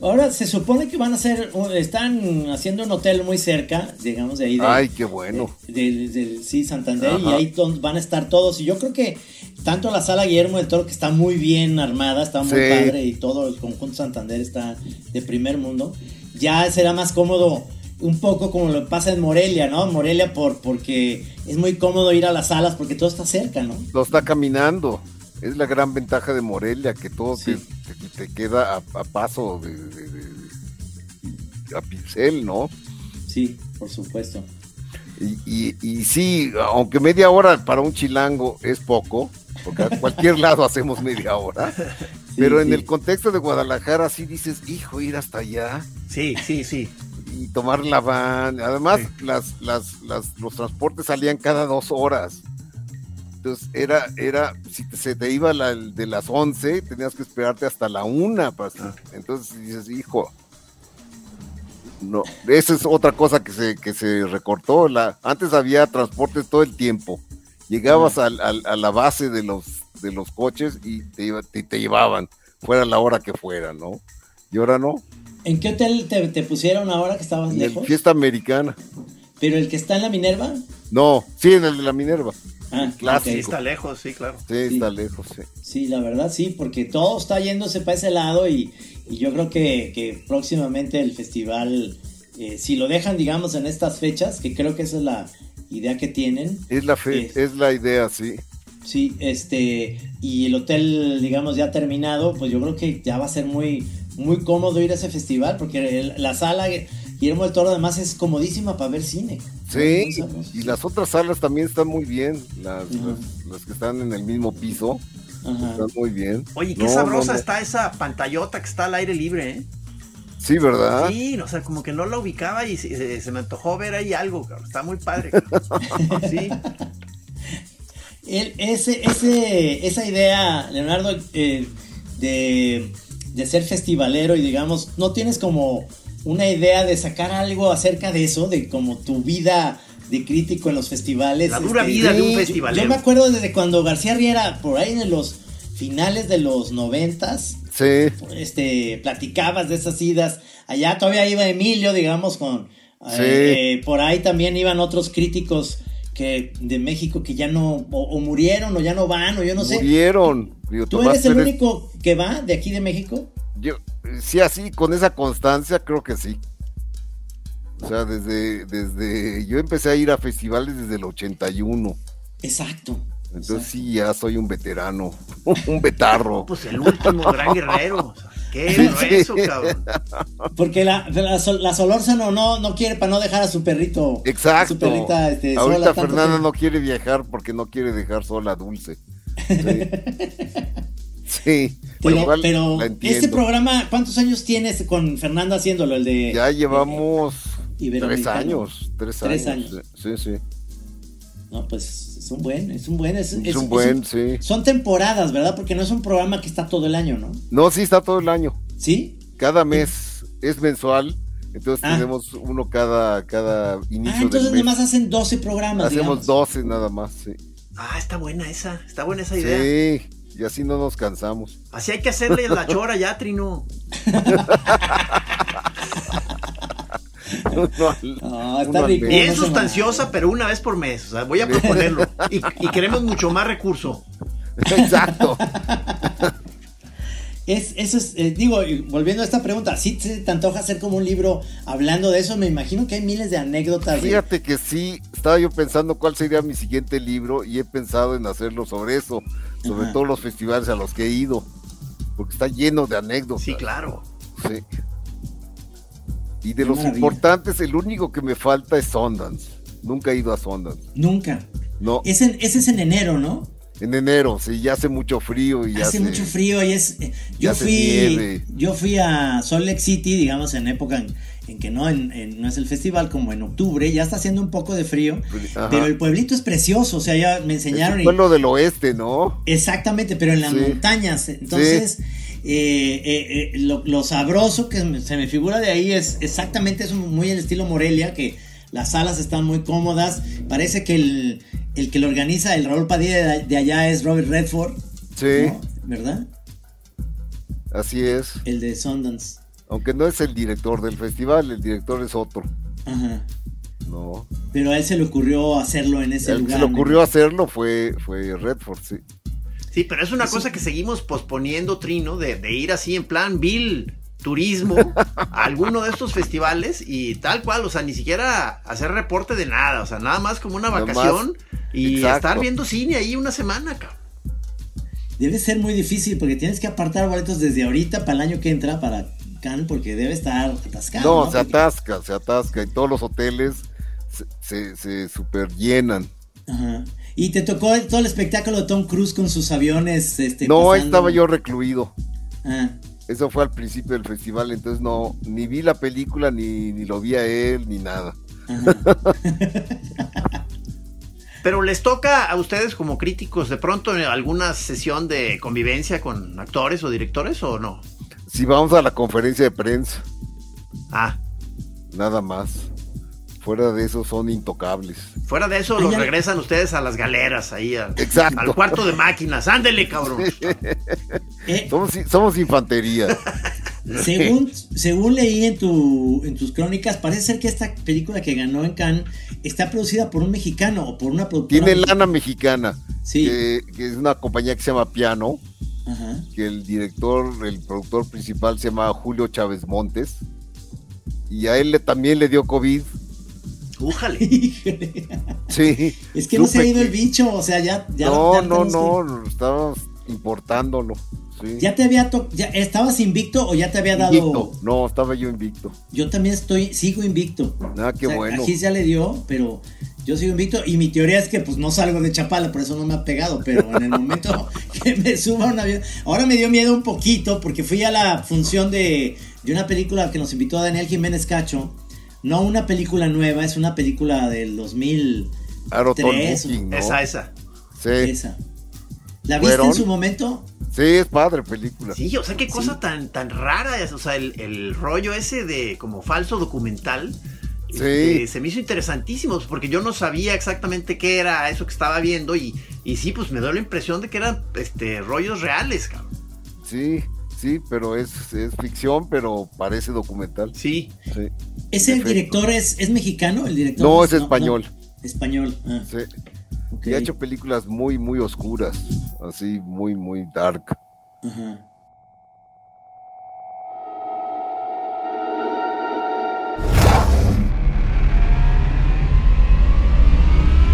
Speaker 3: Ahora se supone que van a hacer, un- están haciendo un hotel muy cerca, digamos de eh, ahí. De,
Speaker 5: ay, qué bueno,
Speaker 3: de- del- del- sí, Santander, y
Speaker 5: Ajá.
Speaker 3: ahí ton- van a estar todos. Y yo creo que tanto la sala Guillermo del Toro, que está muy bien armada, está muy
Speaker 5: Sí.
Speaker 3: padre, y todo el conjunto Santander está de primer mundo, ya será más cómodo. Un poco como lo pasa en Morelia, ¿no? Morelia por, porque es muy cómodo ir a las salas porque todo está cerca, ¿no?
Speaker 5: lo está caminando. Es la gran ventaja de Morelia, que todo
Speaker 3: Sí.
Speaker 5: te, te- te queda a, a paso de, de- de- de- a pincel, ¿no?
Speaker 3: Sí, por supuesto.
Speaker 5: Y, y- y sí, aunque media hora para un chilango es poco, porque a cualquier lado hacemos media hora,
Speaker 3: Sí,
Speaker 5: pero en
Speaker 3: sí.
Speaker 5: el contexto de Guadalajara sí dices, hijo, ir hasta allá
Speaker 4: Sí, sí, sí.
Speaker 5: y tomar la van. Además, las, las, las, los transportes salían cada dos horas. Entonces, era, era, si te- se te iba la, el de las 11, tenías que esperarte hasta la una. para- Entonces dices, hijo. No, esa es otra cosa que se, que se recortó. La, antes había transportes todo el tiempo. Llegabas al- al- a la base de los, de los coches y te, iba- te, te llevaban, fuera la hora que fuera, ¿no? Y ahora no,
Speaker 3: ¿En qué hotel te, te pusieron ahora que estabas
Speaker 5: en el
Speaker 3: lejos?
Speaker 5: fiesta americana.
Speaker 3: Pero el que está en la Minerva.
Speaker 5: No, sí, en el de la Minerva.
Speaker 3: Ah,
Speaker 5: Clásico.
Speaker 4: Sí,
Speaker 3: ok.
Speaker 4: está lejos, sí, claro.
Speaker 5: Sí, está lejos, sí.
Speaker 3: Sí, la verdad sí, porque todo está yéndose para ese lado y, y yo creo que, que próximamente el festival, eh, si lo dejan, digamos, en estas fechas, que creo que esa es la idea que tienen,
Speaker 5: Es la fe,
Speaker 3: Sí.
Speaker 5: es la idea, sí.
Speaker 3: sí, este, y el hotel, digamos, ya terminado, pues yo creo que ya va a ser muy, muy cómodo ir a ese festival, porque el- la sala Guillermo del Toro además es comodísima para ver cine.
Speaker 5: Sí,
Speaker 3: Muy sabroso.
Speaker 5: y las otras salas también están muy bien. Las,
Speaker 3: Ajá.
Speaker 5: las, las que están en el mismo piso
Speaker 3: Ajá.
Speaker 5: están muy bien.
Speaker 4: Oye, qué
Speaker 5: No,
Speaker 4: sabrosa
Speaker 5: no, no.
Speaker 4: está esa pantallota que está al aire libre, ¿eh?
Speaker 5: Sí, ¿verdad?
Speaker 4: Sí, o sea, como que no la ubicaba y se, se- se me antojó ver ahí algo, cabrón. Está muy padre. cabrón. Sí,
Speaker 3: El- ese, ese, esa idea, Leonardo, eh, de, de ser festivalero y digamos, ¿no tienes como una idea de sacar algo acerca de eso, de como tu vida de crítico en los festivales? Este,
Speaker 4: la dura vida de un
Speaker 5: sí,
Speaker 3: Yo, yo
Speaker 4: festivalero.
Speaker 3: me acuerdo desde cuando García Riera, por ahí en los finales de los noventas,
Speaker 5: Sí,
Speaker 3: este, platicabas de esas idas. Allá todavía iba Emilio, digamos, con...
Speaker 5: Sí.
Speaker 3: eh, por ahí también iban otros críticos que de México que ya no... O, o murieron o ya no van o yo no sé.
Speaker 5: murieron. Digo,
Speaker 3: ¿Tú
Speaker 5: Tomás
Speaker 3: eres el
Speaker 5: Pérez-
Speaker 3: único que va de aquí de México?
Speaker 5: Yo, eh, sí, así, con esa constancia, creo que sí. O sea, desde, desde, yo empecé a ir a festivales desde el 81.
Speaker 3: Exacto.
Speaker 5: Entonces
Speaker 3: Exacto.
Speaker 5: sí, ya soy un veterano, un betarro.
Speaker 4: Pues el último gran guerrero. o sea, qué
Speaker 5: Sí,
Speaker 4: grueso,
Speaker 5: sí.
Speaker 4: cabrón.
Speaker 3: Porque la, la, Sol- la Solórzano no, no quiere para no dejar a su perrito. a
Speaker 5: Exacto.
Speaker 3: Su perrita, este, sola,
Speaker 5: Ahorita
Speaker 3: tanto
Speaker 5: Fernanda
Speaker 3: que-
Speaker 5: no quiere viajar porque no quiere dejar sola a Dulce. Sí. Sí, por lo
Speaker 3: Pero,
Speaker 5: cual
Speaker 3: pero
Speaker 5: la
Speaker 3: este
Speaker 5: entiendo.
Speaker 3: programa, ¿cuántos años tienes con Fernanda haciéndolo? El de...
Speaker 5: Ya llevamos tres
Speaker 3: Iberoamericano.
Speaker 5: años, tres años.
Speaker 3: Tres años.
Speaker 5: Sí, sí.
Speaker 3: No, pues es un buen, es un buen, es,
Speaker 5: Es
Speaker 3: es-
Speaker 5: un buen,
Speaker 3: es
Speaker 5: sí.
Speaker 3: Son temporadas, ¿verdad? Porque no es un programa que está todo el año, ¿no?
Speaker 5: No, sí, está todo el año.
Speaker 3: ¿Sí?
Speaker 5: Cada mes es mensual, entonces
Speaker 3: Ah.
Speaker 5: tenemos uno cada, cada inicio
Speaker 3: Ah, entonces
Speaker 5: del mes.
Speaker 3: nomás hacen 12 programas.
Speaker 5: Hacemos
Speaker 3: digamos.
Speaker 5: 12 nada más, sí.
Speaker 4: Ah, está buena esa. Está buena esa idea.
Speaker 5: Sí, Y así no nos cansamos.
Speaker 4: Así hay que hacerle la chora ya, Trino.
Speaker 5: Uno al-
Speaker 3: No,
Speaker 5: uno
Speaker 3: está
Speaker 5: al
Speaker 3: rico.
Speaker 5: mes.
Speaker 4: Bien
Speaker 3: no se
Speaker 4: sustanciosa, pero una vez por mes. O sea, voy a proponerlo. Y, y queremos mucho más recurso.
Speaker 5: Exacto.
Speaker 3: Es, eso es, eh, digo, y volviendo a esta pregunta, si te, te antoja hacer como un libro hablando de eso? Me imagino que hay miles de anécdotas. de-
Speaker 5: Fíjate que sí, estaba yo pensando cuál sería mi siguiente libro y he pensado en hacerlo sobre eso, sobre
Speaker 3: Ajá.
Speaker 5: todos los festivales a los que he ido, porque está lleno de anécdotas.
Speaker 4: Sí, claro.
Speaker 5: Sí. Y de
Speaker 3: Qué
Speaker 5: los
Speaker 3: maravilla.
Speaker 5: importantes, el único que me falta es Sundance. Nunca he ido a Sundance.
Speaker 3: Nunca.
Speaker 5: No,
Speaker 3: Es en- ese es en enero, ¿no?
Speaker 5: en enero, sí, ya hace mucho frío y ya
Speaker 3: hace
Speaker 5: se-
Speaker 3: mucho frío y es. eh,
Speaker 5: ya
Speaker 3: Yo
Speaker 5: hace
Speaker 3: fui.
Speaker 5: nieve.
Speaker 3: Yo fui a Salt Lake City, digamos, en época en, en que no, en- en- no es el festival, como en octubre, ya está haciendo un poco de frío.
Speaker 5: Ajá.
Speaker 3: Pero el pueblito es precioso, o sea, ya me
Speaker 5: Es
Speaker 3: enseñaron
Speaker 5: un
Speaker 3: y-
Speaker 5: pueblo del oeste, ¿no?
Speaker 3: Exactamente, pero en las
Speaker 5: Sí.
Speaker 3: montañas. Entonces, eh, eh, eh, lo, lo sabroso que me- se me figura de ahí es exactamente eso, muy el estilo Morelia, que las salas están muy cómodas. Parece que el, el que lo organiza, el Raúl Padilla de, de allá, es Robert Redford.
Speaker 5: Sí,
Speaker 3: ¿no? ¿Verdad?
Speaker 5: así es.
Speaker 3: El de Sundance.
Speaker 5: Aunque no es el director del festival, el director es otro.
Speaker 3: Ajá.
Speaker 5: No.
Speaker 3: Pero a él se le ocurrió hacerlo en ese
Speaker 5: El que
Speaker 3: lugar.
Speaker 5: se le
Speaker 3: ¿no?
Speaker 5: ocurrió hacerlo fue, fue Redford, sí.
Speaker 4: Sí, pero es una cosa que seguimos posponiendo, Trino, de, de ir así en plan vil turismo a alguno de estos festivales y tal cual, o sea, ni siquiera hacer reporte de nada, o sea, nada más como una
Speaker 5: Nada más.
Speaker 4: vacación y
Speaker 5: Exacto.
Speaker 4: estar viendo cine ahí una semana, cabrón.
Speaker 3: Debe ser muy difícil porque tienes que apartar boletos desde ahorita para el año que entra para Cannes porque debe estar atascado.
Speaker 5: No, se
Speaker 3: Porque-
Speaker 5: atasca, se atasca y todos los hoteles se, se, super llenan.
Speaker 3: Ajá. Y te tocó el- todo el espectáculo de Tom Cruise con sus aviones. Este,
Speaker 5: no, ahí
Speaker 3: pasando-
Speaker 5: estaba yo recluido.
Speaker 3: Ah,
Speaker 5: Eso fue al principio del festival, entonces no, ni vi la película, ni, ni lo vi a él, ni nada.
Speaker 3: ajá.
Speaker 4: Pero les toca a ustedes como críticos de pronto en alguna sesión de convivencia con actores o directores o no?
Speaker 5: Si vamos a la conferencia de prensa,
Speaker 4: Ah,
Speaker 5: nada más. Fuera de eso son intocables.
Speaker 4: fuera de eso
Speaker 3: Ay,
Speaker 4: los
Speaker 3: ya.
Speaker 4: regresan ustedes a las galeras ahí al,
Speaker 5: Exacto.
Speaker 4: al cuarto de máquinas. Ándele, cabrón.
Speaker 3: Eh,
Speaker 5: Somos, i- somos infantería.
Speaker 3: según, según leí en, tu, en tus crónicas, parece ser que esta película que ganó en Cannes está producida por un mexicano o por una productora.
Speaker 5: Tiene lana eh, mexicana,
Speaker 3: Sí.
Speaker 5: que, que es una compañía que se llama Piano,
Speaker 3: Ajá.
Speaker 5: que el director, el productor principal se llama Julio Chávez Montes. Y a él le- también le dio COVID.
Speaker 4: Újale.
Speaker 3: Híjole.
Speaker 5: Sí.
Speaker 3: es que no se ha
Speaker 5: Supe
Speaker 3: ido el
Speaker 5: que-
Speaker 3: bicho, o sea, ya. ya
Speaker 5: No,
Speaker 3: ya
Speaker 5: no,
Speaker 3: tenemos
Speaker 5: no, estábamos importándolo. sí.
Speaker 3: que- ¿Ya te había to- ya ¿Estabas invicto o ya te había dado.?
Speaker 5: Invicto. No, estaba yo invicto.
Speaker 3: Yo también estoy, sigo invicto.
Speaker 5: Ah, qué
Speaker 3: O sea,
Speaker 5: bueno.
Speaker 3: A Gis ya le dio, pero yo sigo invicto. Y mi teoría es que pues no salgo de Chapala, por eso no me ha pegado. Pero en el momento que me suba un avión. Ahora me dio miedo un poquito porque fui a la función de, de una película que nos invitó Daniel Jiménez Cacho. No una película nueva, es una película del 2000.
Speaker 5: Claro, Tom
Speaker 3: Tres,
Speaker 5: Booking, ¿no?
Speaker 4: Esa, esa.
Speaker 5: Sí.
Speaker 3: Esa. ¿La viste
Speaker 5: ¿Fueron?
Speaker 3: en su momento?
Speaker 5: sí, es padre película.
Speaker 4: Sí, o sea, qué cosa tan, tan rara es. O sea, el, el rollo ese de como falso documental.
Speaker 5: Sí.
Speaker 4: este, se me hizo interesantísimo pues, porque yo no sabía exactamente qué era eso que estaba viendo y, y sí, pues me dio la impresión de que eran este, rollos reales, cabrón.
Speaker 5: Sí, sí, pero es, es ficción, pero parece documental.
Speaker 4: Sí,
Speaker 5: Sí.
Speaker 3: ¿Ese
Speaker 5: Perfecto.
Speaker 3: director es, es mexicano? El director
Speaker 5: No, es español.
Speaker 3: Español. ah,
Speaker 5: Sí.
Speaker 3: ok.
Speaker 5: Y ha hecho películas muy, muy oscuras. Así, muy, muy dark.
Speaker 3: Ajá.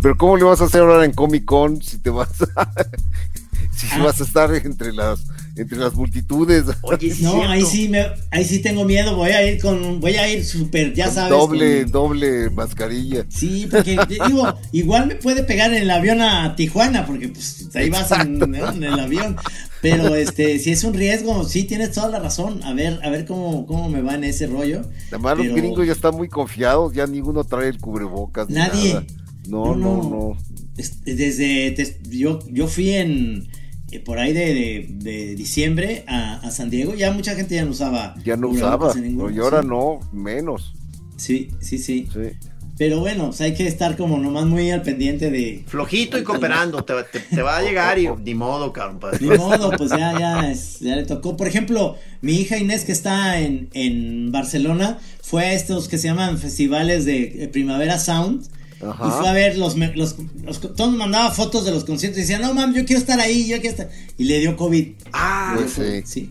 Speaker 5: Pero ¿cómo le vas a hacer ahora en Comic Con si te vas a... si
Speaker 3: Ah.
Speaker 5: vas a estar entre las entre las multitudes?
Speaker 4: oye, sí.
Speaker 3: No,
Speaker 4: es cierto.
Speaker 3: ahí sí me, ahí sí tengo miedo. Voy a ir con, voy a ir súper, ya sabes.
Speaker 5: doble,
Speaker 3: con-
Speaker 5: doble mascarilla.
Speaker 3: Sí, porque digo, igual me puede pegar en el avión a Tijuana, porque pues ahí vas en, ¿no? en el avión. Pero este, si es un riesgo, sí tienes toda la razón. A ver, a ver cómo, cómo me va en ese rollo.
Speaker 5: Además,
Speaker 3: Pero-
Speaker 5: los gringos ya están muy confiados, ya ninguno trae el cubrebocas. ni
Speaker 3: Nadie.
Speaker 5: nada. No, no, no.
Speaker 3: Este, Desde, des- yo, yo fui en eh, por ahí de, de- de diciembre a, a San Diego, ya mucha gente ya no usaba.
Speaker 5: Ya no
Speaker 3: cubrebocas
Speaker 5: usaba.
Speaker 3: en ningún-
Speaker 5: No, y ahora
Speaker 3: sí.
Speaker 5: no, menos.
Speaker 3: Sí, sí, sí.
Speaker 5: Sí.
Speaker 3: Pero bueno, pues hay que estar como nomás muy al pendiente de.
Speaker 4: Flojito y cooperando, te, te- te va a llegar y ni modo, cabrón. pues.
Speaker 3: Ni modo, pues ya, ya, es- ya le tocó. Por ejemplo, mi hija Inés, que está en, en Barcelona, fue a estos que se llaman festivales de eh, Primavera Sound.
Speaker 5: Ajá.
Speaker 3: Y fue a ver los, me- los, los- Todos mandaba fotos de los conciertos y decía, no mam, yo quiero estar ahí, yo quiero estar. Y le dio COVID.
Speaker 4: Ah,
Speaker 5: Pues sí.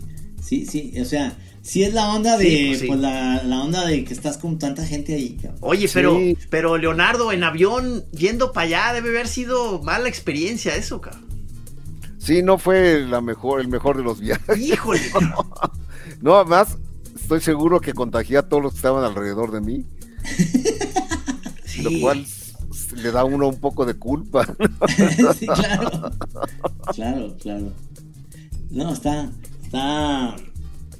Speaker 3: Sí, sí, sí. O sea, sí es la onda de.
Speaker 4: Sí, pues sí.
Speaker 3: pues, la, la onda de que estás con tanta gente ahí. cabrón.
Speaker 4: Oye, pero,
Speaker 5: Sí.
Speaker 4: pero Leonardo, en avión, yendo para allá, debe haber sido mala experiencia eso, cabrón.
Speaker 5: Sí, no fue la mejor, el mejor de los viajes.
Speaker 4: Híjole, cabrón.
Speaker 5: No, además, estoy seguro que contagié a todos los que estaban alrededor de mí,
Speaker 4: Sí.
Speaker 5: lo cual s- s- le da a uno un poco de culpa.
Speaker 3: sí, claro. Claro, claro. No, está. Está.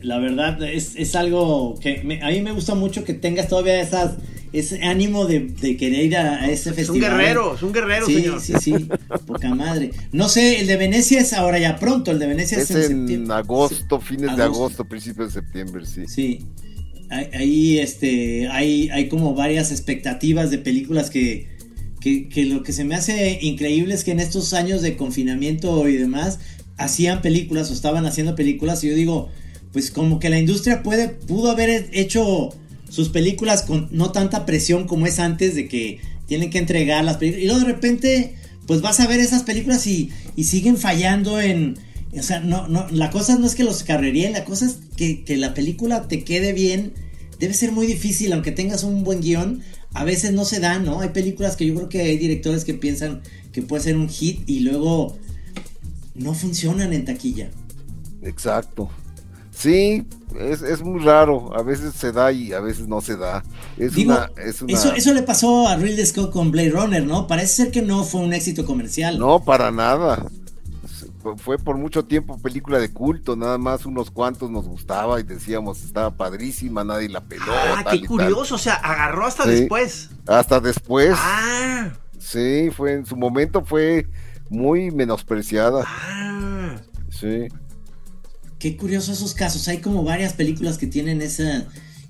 Speaker 3: La verdad, es, es algo que me- a mí me gusta mucho que tengas todavía esas, ese ánimo de, de querer ir a, a ese
Speaker 4: es un
Speaker 3: festival.
Speaker 4: guerrero, es un guerrero,
Speaker 3: Sí,
Speaker 4: señor.
Speaker 3: sí, sí. Poca madre. No sé, el de Venecia es ahora ya pronto. El de Venecia Este es,
Speaker 5: Es en
Speaker 3: septiembre.
Speaker 5: agosto, fines de
Speaker 3: Agosto.
Speaker 5: agosto, principios de septiembre, sí.
Speaker 3: Sí. Ahí, ahí, este, hay, hay como varias expectativas de películas que, que, que lo que se me hace increíble es que en estos años de confinamiento y demás hacían películas o estaban haciendo películas y yo digo, pues como que la industria puede, pudo haber hecho sus películas con no tanta presión como es antes de que tienen que entregar las películas y luego de repente pues vas a ver esas películas y, y siguen fallando en... O sea, no, no, la cosa no es que los carreríen, la cosa es que, que la película te quede bien. Debe ser muy difícil, aunque tengas un buen guión, a veces no se da, ¿no? Hay películas que yo creo que hay directores que piensan que puede ser un hit y luego no funcionan en taquilla.
Speaker 5: Exacto. Sí, es, es muy raro. A veces se da y a veces no se da. Es
Speaker 3: Digo,
Speaker 5: una, es una-
Speaker 3: Eso, eso le pasó a Ridley Scott con Blade Runner, ¿no? Parece ser que no fue un éxito comercial.
Speaker 5: No, para nada. Se- fu- Fue por mucho tiempo película de culto, nada más unos cuantos nos gustaba y decíamos estaba padrísima, nadie la peló.
Speaker 4: Ah,
Speaker 5: tal y
Speaker 4: qué
Speaker 5: tal.
Speaker 4: curioso, o sea, agarró hasta
Speaker 5: Sí.
Speaker 4: después.
Speaker 5: Hasta después,
Speaker 4: Ah,
Speaker 5: sí, fue en su momento fue muy menospreciada.
Speaker 4: ah.
Speaker 5: Sí,
Speaker 3: Qué curioso esos casos. Hay como varias películas que tienen esa,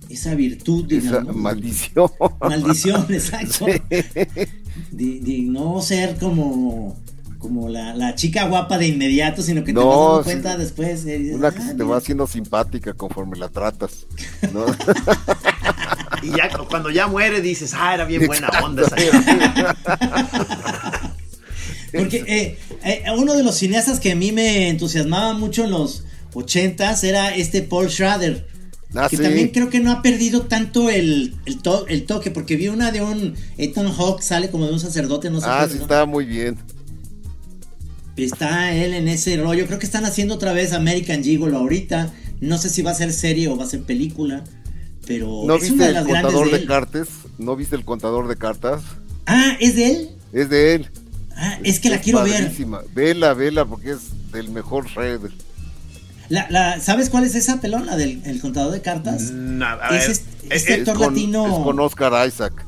Speaker 3: esa virtud,
Speaker 5: esa
Speaker 3: digamos.
Speaker 5: maldición.
Speaker 3: Maldición, exacto.
Speaker 5: Sí.
Speaker 3: De, de no ser como, como la, la chica guapa de inmediato, sino que te
Speaker 5: No,
Speaker 3: vas dando
Speaker 5: sí.
Speaker 3: cuenta después. eh, dices,
Speaker 5: Una que
Speaker 3: "Ah,
Speaker 5: se te
Speaker 3: mira".
Speaker 5: va haciendo simpática conforme la tratas. ¿no?
Speaker 4: Y ya cu- cuando ya muere dices, ah, era bien buena onda esa.
Speaker 3: Porque eh, eh, uno de los cineastas que a mí me entusiasmaba mucho en los 80s era este Paul Schrader.
Speaker 5: Ah,
Speaker 3: que
Speaker 5: sí.
Speaker 3: también creo que no ha perdido tanto el, el, to- el toque, porque vi una de un Ethan Hawke, sale como de un sacerdote, no sé
Speaker 5: Ah,
Speaker 3: qué,
Speaker 5: sí,
Speaker 3: ¿no?
Speaker 5: estaba muy bien.
Speaker 3: Está él en ese rollo. Creo que están haciendo otra vez American Gigolo ahorita. No sé si va a ser serie o va a ser película. Pero
Speaker 5: ¿No
Speaker 3: Oh, es una
Speaker 5: viste
Speaker 3: de
Speaker 5: el
Speaker 3: las grandes
Speaker 5: contador
Speaker 3: de
Speaker 5: de,
Speaker 3: él.
Speaker 5: cartas? ¿No viste el contador de cartas?
Speaker 3: Ah, ¿es de él?
Speaker 5: Es de él.
Speaker 3: Ah, es que la quiero ver.
Speaker 5: padrísima. Vela, vela, porque es del mejor Shredder.
Speaker 3: La, la- ¿Sabes cuál es esa pelón? La del el contador de cartas.
Speaker 4: Mm, a- a
Speaker 3: Es
Speaker 4: ver,
Speaker 3: este-
Speaker 4: eh,
Speaker 3: este-
Speaker 4: eh,
Speaker 3: Actor latino.
Speaker 5: es con Oscar Isaac.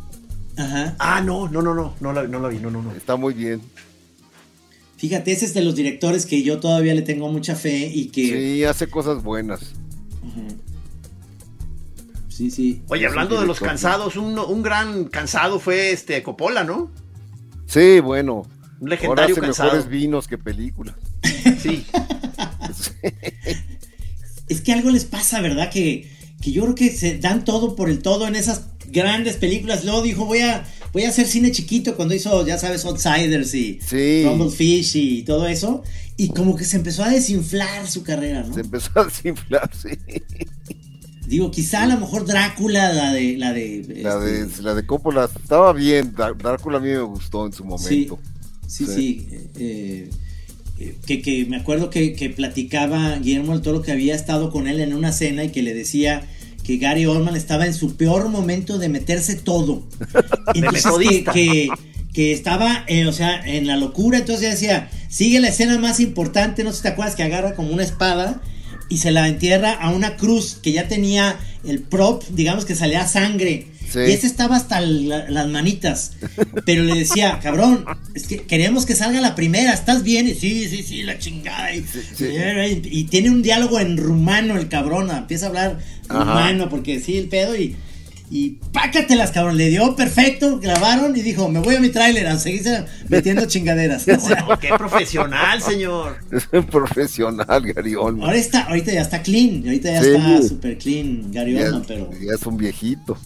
Speaker 5: Mm.
Speaker 3: Ajá.
Speaker 4: Ah, no, no, no, no, no la, no la vi, no, no, no.
Speaker 5: Está muy bien.
Speaker 3: Fíjate, ese es de los directores que yo todavía le tengo mucha fe y que.
Speaker 5: Sí, hace cosas buenas.
Speaker 3: Ujú. Sí, sí.
Speaker 4: Oye,
Speaker 5: Es un
Speaker 4: hablando de los
Speaker 5: director, ¿no?
Speaker 4: cansados, un, un gran cansado fue este Coppola, ¿no?
Speaker 5: Sí, bueno.
Speaker 4: Un
Speaker 5: Ahora
Speaker 4: legendario
Speaker 5: hace
Speaker 4: cansado.
Speaker 5: mejores vinos que películas.
Speaker 4: Sí.
Speaker 3: Es que algo les pasa, ¿verdad? Que, que yo creo que se dan todo por el todo en esas grandes películas. Luego dijo, voy a, voy a hacer cine chiquito cuando hizo, ya sabes, Outsiders y
Speaker 5: Sí.
Speaker 3: Rumblefish y todo eso. Y como que se empezó a desinflar su carrera, ¿no?
Speaker 5: Se empezó a desinflar, sí.
Speaker 3: Digo, quizá a lo mejor Drácula, la de... La de,
Speaker 5: La de,
Speaker 3: este,
Speaker 5: la de Coppola estaba bien. Dá- Drácula a mí me gustó en su momento.
Speaker 3: Sí,
Speaker 5: Sí.
Speaker 3: sí. eh, eh, que, que me acuerdo que, que platicaba Guillermo del Toro que había estado con él en una cena y que le decía que Gary Oldman estaba en su peor momento de meterse todo. Entonces que,
Speaker 4: metodista.
Speaker 3: que, que estaba, eh, o sea, en la locura. Entonces decía, sigue la escena más importante, no sé si te acuerdas, que agarra como una espada y se la entierra a una cruz que ya tenía el prop, digamos que salía sangre.
Speaker 5: Sí.
Speaker 3: Y ese estaba hasta la- las manitas. Pero le decía, cabrón, es que queremos que salga la primera, ¿estás bien? Y sí, sí, sí, la chingada. Y,
Speaker 5: sí.
Speaker 3: y- y tiene un diálogo en rumano el cabrón, empieza a hablar
Speaker 5: Ajá.
Speaker 3: rumano, porque sí, el pedo. Y, Y pácatelas, cabrón. Le dio perfecto, grabaron y dijo, me voy a mi tráiler a seguirse metiendo chingaderas. O sea,
Speaker 4: Bueno, qué profesional, señor.
Speaker 5: Es un profesional, Gary Oldman.
Speaker 3: ahora está, ahorita ya está clean, ahorita ya
Speaker 5: Sí.
Speaker 3: está super clean Gary
Speaker 5: Ya,
Speaker 3: Oldman, pero
Speaker 5: ya es un viejito.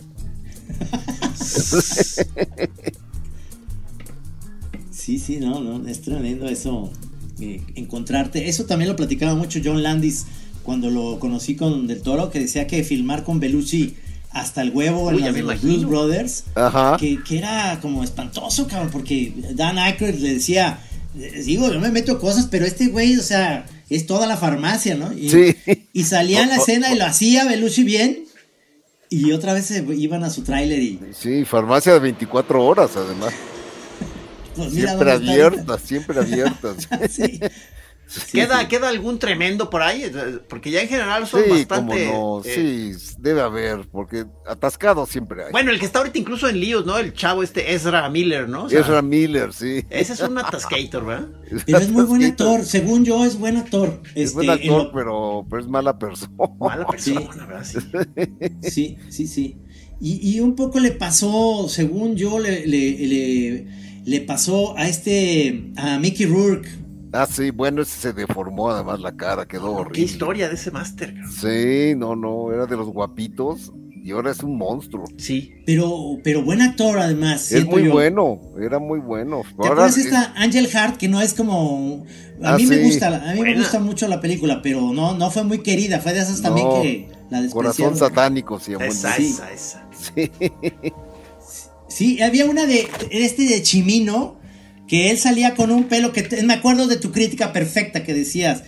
Speaker 3: sí, sí, no, no, es tremendo eso, eh, encontrarte. Eso también lo platicaba mucho John Landis cuando lo conocí con Del Toro, que decía que filmar con Belushi hasta el huevo
Speaker 4: Uy,
Speaker 3: en
Speaker 4: ya
Speaker 3: las
Speaker 4: me
Speaker 3: de los Blues
Speaker 4: imagino. Ah.
Speaker 3: Brothers.
Speaker 5: Ajá.
Speaker 3: que, que era como espantoso, cabrón, porque Dan Aykroyd le decía, eh, digo, yo me meto cosas, pero este güey, o sea, es toda la farmacia, ¿no? Y,
Speaker 5: Sí.
Speaker 3: y salía a la escena y lo hacía Belushi bien, y otra vez se iban a su tráiler y,
Speaker 5: Sí, farmacia de 24 horas, además.
Speaker 3: pues mira
Speaker 5: Siempre
Speaker 3: dónde está ahorita.
Speaker 5: abiertas, siempre abiertas.
Speaker 3: Sí.
Speaker 4: ¿Queda,
Speaker 3: sí.
Speaker 4: ¿Queda algún tremendo por ahí? Porque ya en general son
Speaker 5: Sí, como
Speaker 4: bastante.
Speaker 5: no.
Speaker 4: eh,
Speaker 5: Sí, debe haber, porque atascado siempre hay.
Speaker 4: Bueno, el que está ahorita incluso en líos, ¿no? El chavo este Ezra Miller, ¿no? O sea,
Speaker 5: Ezra Miller, sí.
Speaker 4: Ese es un atascator, ¿verdad?
Speaker 3: Pero es muy buen actor, según yo es buen actor.
Speaker 5: Es buen
Speaker 3: Este, en
Speaker 5: actor,
Speaker 3: lo-
Speaker 5: pero, pero es mala persona.
Speaker 4: Mala persona, ¿verdad? Sí.
Speaker 3: Sí, sí, sí. Y, y un poco le pasó, según yo, le, le- le- le pasó a este, a Mickey Rourke.
Speaker 5: Ah, sí, bueno, ese se deformó además la cara, quedó horrible.
Speaker 4: Qué historia de ese máster, cabrón.
Speaker 5: Sí, no, no, era de los guapitos y ahora es un monstruo.
Speaker 4: Sí.
Speaker 3: Pero, pero buen actor además.
Speaker 5: es
Speaker 3: siento
Speaker 5: muy
Speaker 3: yo.
Speaker 5: bueno, era muy bueno.
Speaker 3: ¿Te
Speaker 5: Ahora
Speaker 3: acuerdas esta Angel Hart que no es como a
Speaker 5: Ah,
Speaker 3: mí me
Speaker 5: sí.
Speaker 3: gusta, a mí me
Speaker 4: Buena.
Speaker 3: gusta mucho la película, pero no no fue muy querida, fue de esas también
Speaker 5: No,
Speaker 3: que la
Speaker 5: es corazón
Speaker 3: despreciaron.
Speaker 5: satánico se llamó. el
Speaker 4: Esa,
Speaker 5: disco.
Speaker 4: esa, esa.
Speaker 3: Sí, había una de este de Chimino que él salía con un pelo que te- me acuerdo de tu crítica perfecta que decías.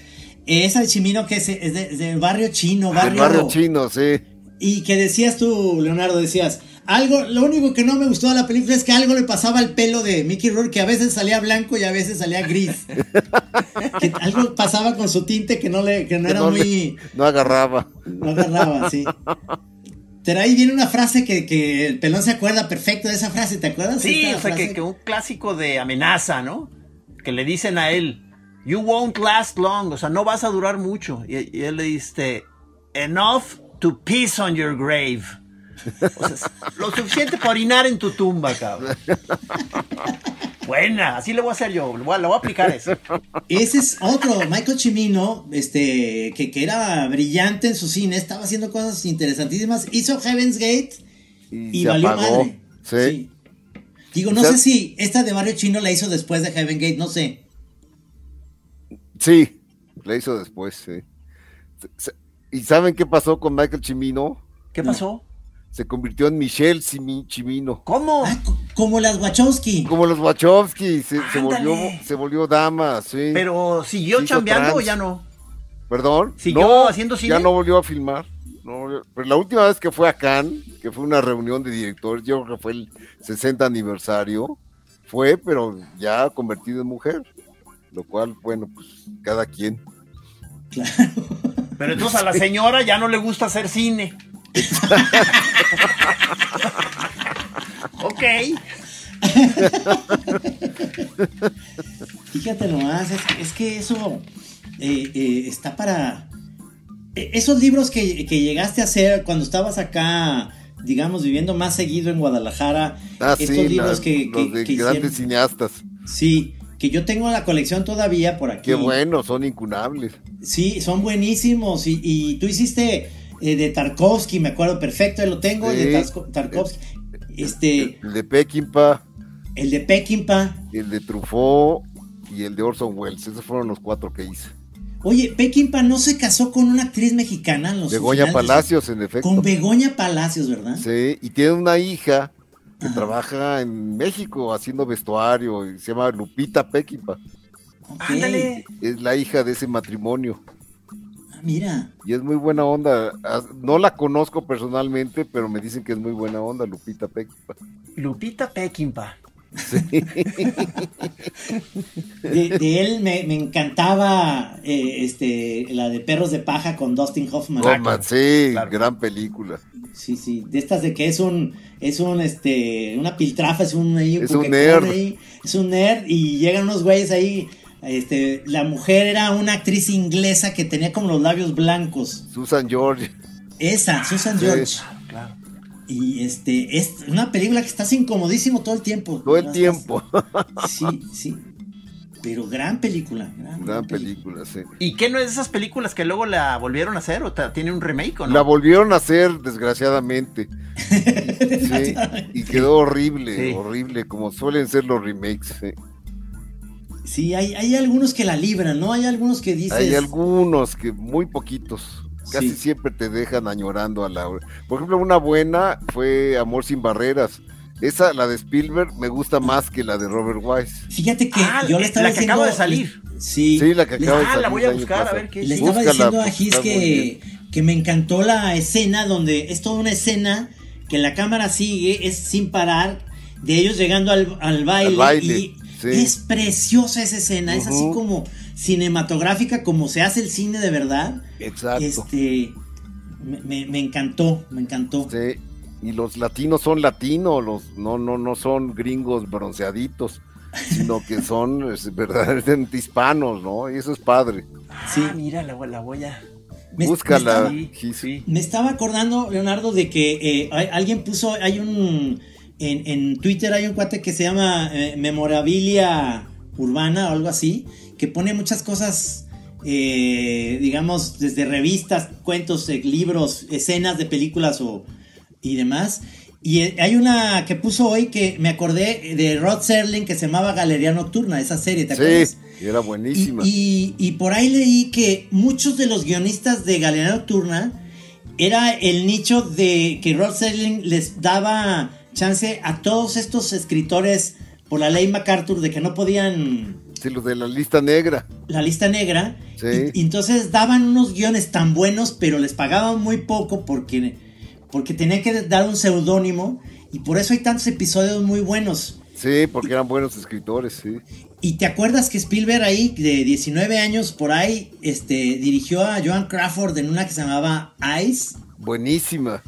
Speaker 3: eh, Esa de Chimino que es, es de- del barrio chino,
Speaker 5: Del
Speaker 3: barrio,
Speaker 5: Ah, barrio chino, sí.
Speaker 3: Y que decías tú, Leonardo, decías, algo, lo único que no me gustó de la película es que algo le pasaba al pelo de Mickey Rourke, que a veces salía blanco y a veces salía gris. que algo pasaba con su tinte que no le, que no
Speaker 5: que
Speaker 3: era
Speaker 5: no, le-
Speaker 3: muy,
Speaker 5: no agarraba.
Speaker 3: no agarraba, sí. Pero ahí viene una frase que, que el pelón se acuerda perfecto de esa frase, ¿te acuerdas?
Speaker 4: Sí,
Speaker 3: Esta
Speaker 4: o sea, que,
Speaker 3: frase.
Speaker 4: que un clásico de amenaza, ¿no? Que le dicen a él, You won't last long, o sea, no vas a durar mucho. Y, y él le dice, Enough to piss on your grave. O sea, es lo suficiente para orinar en tu tumba, cabrón. Buena, así le voy a hacer yo, lo voy a, lo voy a aplicar eso.
Speaker 3: Ese es otro, Michael Cimino, este, que, que era brillante en su cine, estaba haciendo cosas interesantísimas, hizo Heaven's Gate y,
Speaker 5: Y, se
Speaker 3: valió
Speaker 5: apagó.
Speaker 3: madre.
Speaker 5: Sí.
Speaker 3: Sí. Digo, no
Speaker 5: O sea-
Speaker 3: sé si esta de Barrio Chino la hizo después de Heaven Gate, no sé.
Speaker 5: Sí, la hizo después, sí. Se- se- ¿Y saben qué pasó con Michael Chimino?
Speaker 4: ¿Qué pasó?
Speaker 5: Se convirtió en Michelle Simi- Chimino.
Speaker 4: ¿Cómo?
Speaker 3: Ah, co- como las Wachowski.
Speaker 5: Como los Wachowski, se, se
Speaker 4: Ándale.
Speaker 5: volvió, se volvió dama, sí.
Speaker 4: ¿Pero siguió
Speaker 5: Hizo
Speaker 4: chambeando o
Speaker 5: trans.
Speaker 4: ya no?
Speaker 5: ¿Perdón?
Speaker 4: ¿Siguió haciendo
Speaker 5: Ya
Speaker 4: cine?
Speaker 5: no volvió a filmar. no volvió- pero la última vez que fue a Cannes, que fue una reunión de directores, yo creo que fue el 60 aniversario, fue, pero ya convertida en mujer. Lo cual, bueno, pues cada quien.
Speaker 4: Pero entonces a la señora ya no le gusta hacer cine. ok.
Speaker 3: Fíjate nomás, ah, es, es que eso eh, eh, está para... eh, Esos libros que, que llegaste a hacer cuando estabas acá, digamos, viviendo más seguido en Guadalajara,
Speaker 5: Ah,
Speaker 3: estos
Speaker 5: sí, la-
Speaker 3: libros que,
Speaker 5: los
Speaker 3: que-
Speaker 5: de
Speaker 3: que hicieron-
Speaker 5: grandes cineastas.
Speaker 3: Sí, que yo tengo la colección todavía por aquí.
Speaker 5: Qué bueno, son incunables.
Speaker 3: Sí, son buenísimos. Y, y tú hiciste eh, de Tarkovsky, me acuerdo perfecto, ahí lo tengo, el de
Speaker 5: Sí.
Speaker 3: Tarsko- Tarkovsky. Este,
Speaker 5: El de Peckinpah,
Speaker 3: el de Peckinpah.
Speaker 5: el de Truffaut y el de Orson Welles. Esos fueron los cuatro que hice.
Speaker 3: Oye, Peckinpah no se casó con una actriz mexicana. en Los
Speaker 5: Begoña
Speaker 3: finales?
Speaker 5: Palacios, en efecto.
Speaker 3: Con Begoña Palacios, ¿verdad?
Speaker 5: Sí, y tiene una hija que trabaja en México haciendo vestuario y se llama Lupita Pequipa.
Speaker 3: Ok.
Speaker 4: Ándale.
Speaker 5: Es la hija de ese matrimonio
Speaker 3: Ah, mira.
Speaker 5: y es muy buena onda. Ah, No la conozco personalmente, pero me dicen que es muy buena onda Lupita Pequipa.
Speaker 4: Ah, Lupita Peckinpah.
Speaker 3: De, de él me, me encantaba eh, este, la de Perros de Paja con Dustin Hoffman.
Speaker 5: Toma, sí,
Speaker 4: claro.
Speaker 5: gran película.
Speaker 3: Sí, sí, de estas de que es un, es un, este, una piltrafa, es un, ahí,
Speaker 5: Es
Speaker 3: como
Speaker 5: un
Speaker 3: que
Speaker 5: nerd.
Speaker 3: corre ahí, es un nerd y llegan unos güeyes ahí, este, la mujer era una actriz inglesa que tenía como los labios blancos,
Speaker 5: Susan George.
Speaker 3: esa, Susan
Speaker 5: Sí.
Speaker 3: George,
Speaker 4: Ah, Claro.
Speaker 3: Y este, es una película que estás incomodísimo todo el tiempo.
Speaker 5: Todo el
Speaker 3: Estás-
Speaker 5: tiempo.
Speaker 3: Sí, sí. Pero gran película. Gran,
Speaker 5: Gran película, sí.
Speaker 4: ¿Y qué no es de esas películas que luego la volvieron a hacer o ta- tiene un remake o no?
Speaker 5: La volvieron a hacer, desgraciadamente. Sí, y quedó horrible,
Speaker 4: Sí.
Speaker 5: horrible, como suelen ser los remakes. sí.
Speaker 3: Sí, hay, hay algunos que la libran, ¿no? Hay algunos que dices.
Speaker 5: Hay algunos que muy poquitos. Casi
Speaker 3: Sí.
Speaker 5: siempre te dejan añorando a la. Por ejemplo, una buena fue Amor sin barreras. Esa, la de Spielberg, me gusta más que la de Robert Wise.
Speaker 3: Fíjate que
Speaker 4: Ah,
Speaker 3: yo le
Speaker 4: la
Speaker 3: estaba
Speaker 4: que
Speaker 3: diciendo.
Speaker 4: acaba de salir.
Speaker 3: Sí.
Speaker 5: Sí, la que
Speaker 3: Le-
Speaker 5: acaba de
Speaker 4: Ah,
Speaker 5: salir
Speaker 4: la voy a
Speaker 5: el año
Speaker 4: buscar, a
Speaker 5: pasado.
Speaker 4: ver qué es.
Speaker 3: Le estaba
Speaker 5: Búscala,
Speaker 3: diciendo a
Speaker 5: porque
Speaker 3: Gis
Speaker 5: está muy
Speaker 3: que, que me encantó la escena donde es toda una escena que la cámara sigue, es sin parar, de ellos llegando al, al baile.
Speaker 5: Al baile,
Speaker 3: y
Speaker 5: sí.
Speaker 3: Es preciosa esa escena, es así
Speaker 5: Ujú.
Speaker 3: como cinematográfica, como se hace el cine de verdad.
Speaker 5: Exacto.
Speaker 3: Este. Me, me- me encantó, me encantó.
Speaker 5: Sí, Y los latinos son latinos, los no no no son gringos bronceaditos, sino que son es, verdaderamente hispanos, ¿no? Y eso es padre.
Speaker 3: Sí.
Speaker 4: Ah, mira, la, la voy a.
Speaker 3: Me- me
Speaker 5: Búscala.
Speaker 3: estaba-
Speaker 4: Sí,
Speaker 5: Gis.
Speaker 4: sí.
Speaker 3: Me estaba acordando, Leonardo, de que eh, hay- alguien puso, hay un, en, en Twitter hay un cuate que se llama eh, Memorabilia Urbana o algo así, que pone muchas cosas, eh, digamos, desde revistas, cuentos, eh, libros, escenas de películas o, y demás. Y eh, hay una que puso hoy que me acordé de Rod Serling que se llamaba Galería Nocturna, esa serie, ¿te acuerdas?
Speaker 5: Sí, era buenísima.
Speaker 3: Y, y- y por ahí leí que muchos de los guionistas de Galería Nocturna era el nicho de que Rod Serling les daba chance a todos estos escritores por la ley MacArthur de que no podían
Speaker 5: Sí, los de la lista negra.
Speaker 3: la lista negra.
Speaker 5: Sí.
Speaker 3: Y, y entonces daban unos guiones tan buenos, pero les pagaban muy poco porque, porque tenían que dar un seudónimo. Y por eso hay tantos episodios muy buenos.
Speaker 5: Sí, porque eran buenos escritores, sí.
Speaker 3: ¿Y te acuerdas que Spielberg ahí, de 19 años por ahí, este, dirigió a Joan Crawford en una que se llamaba Ice?
Speaker 5: Buenísima.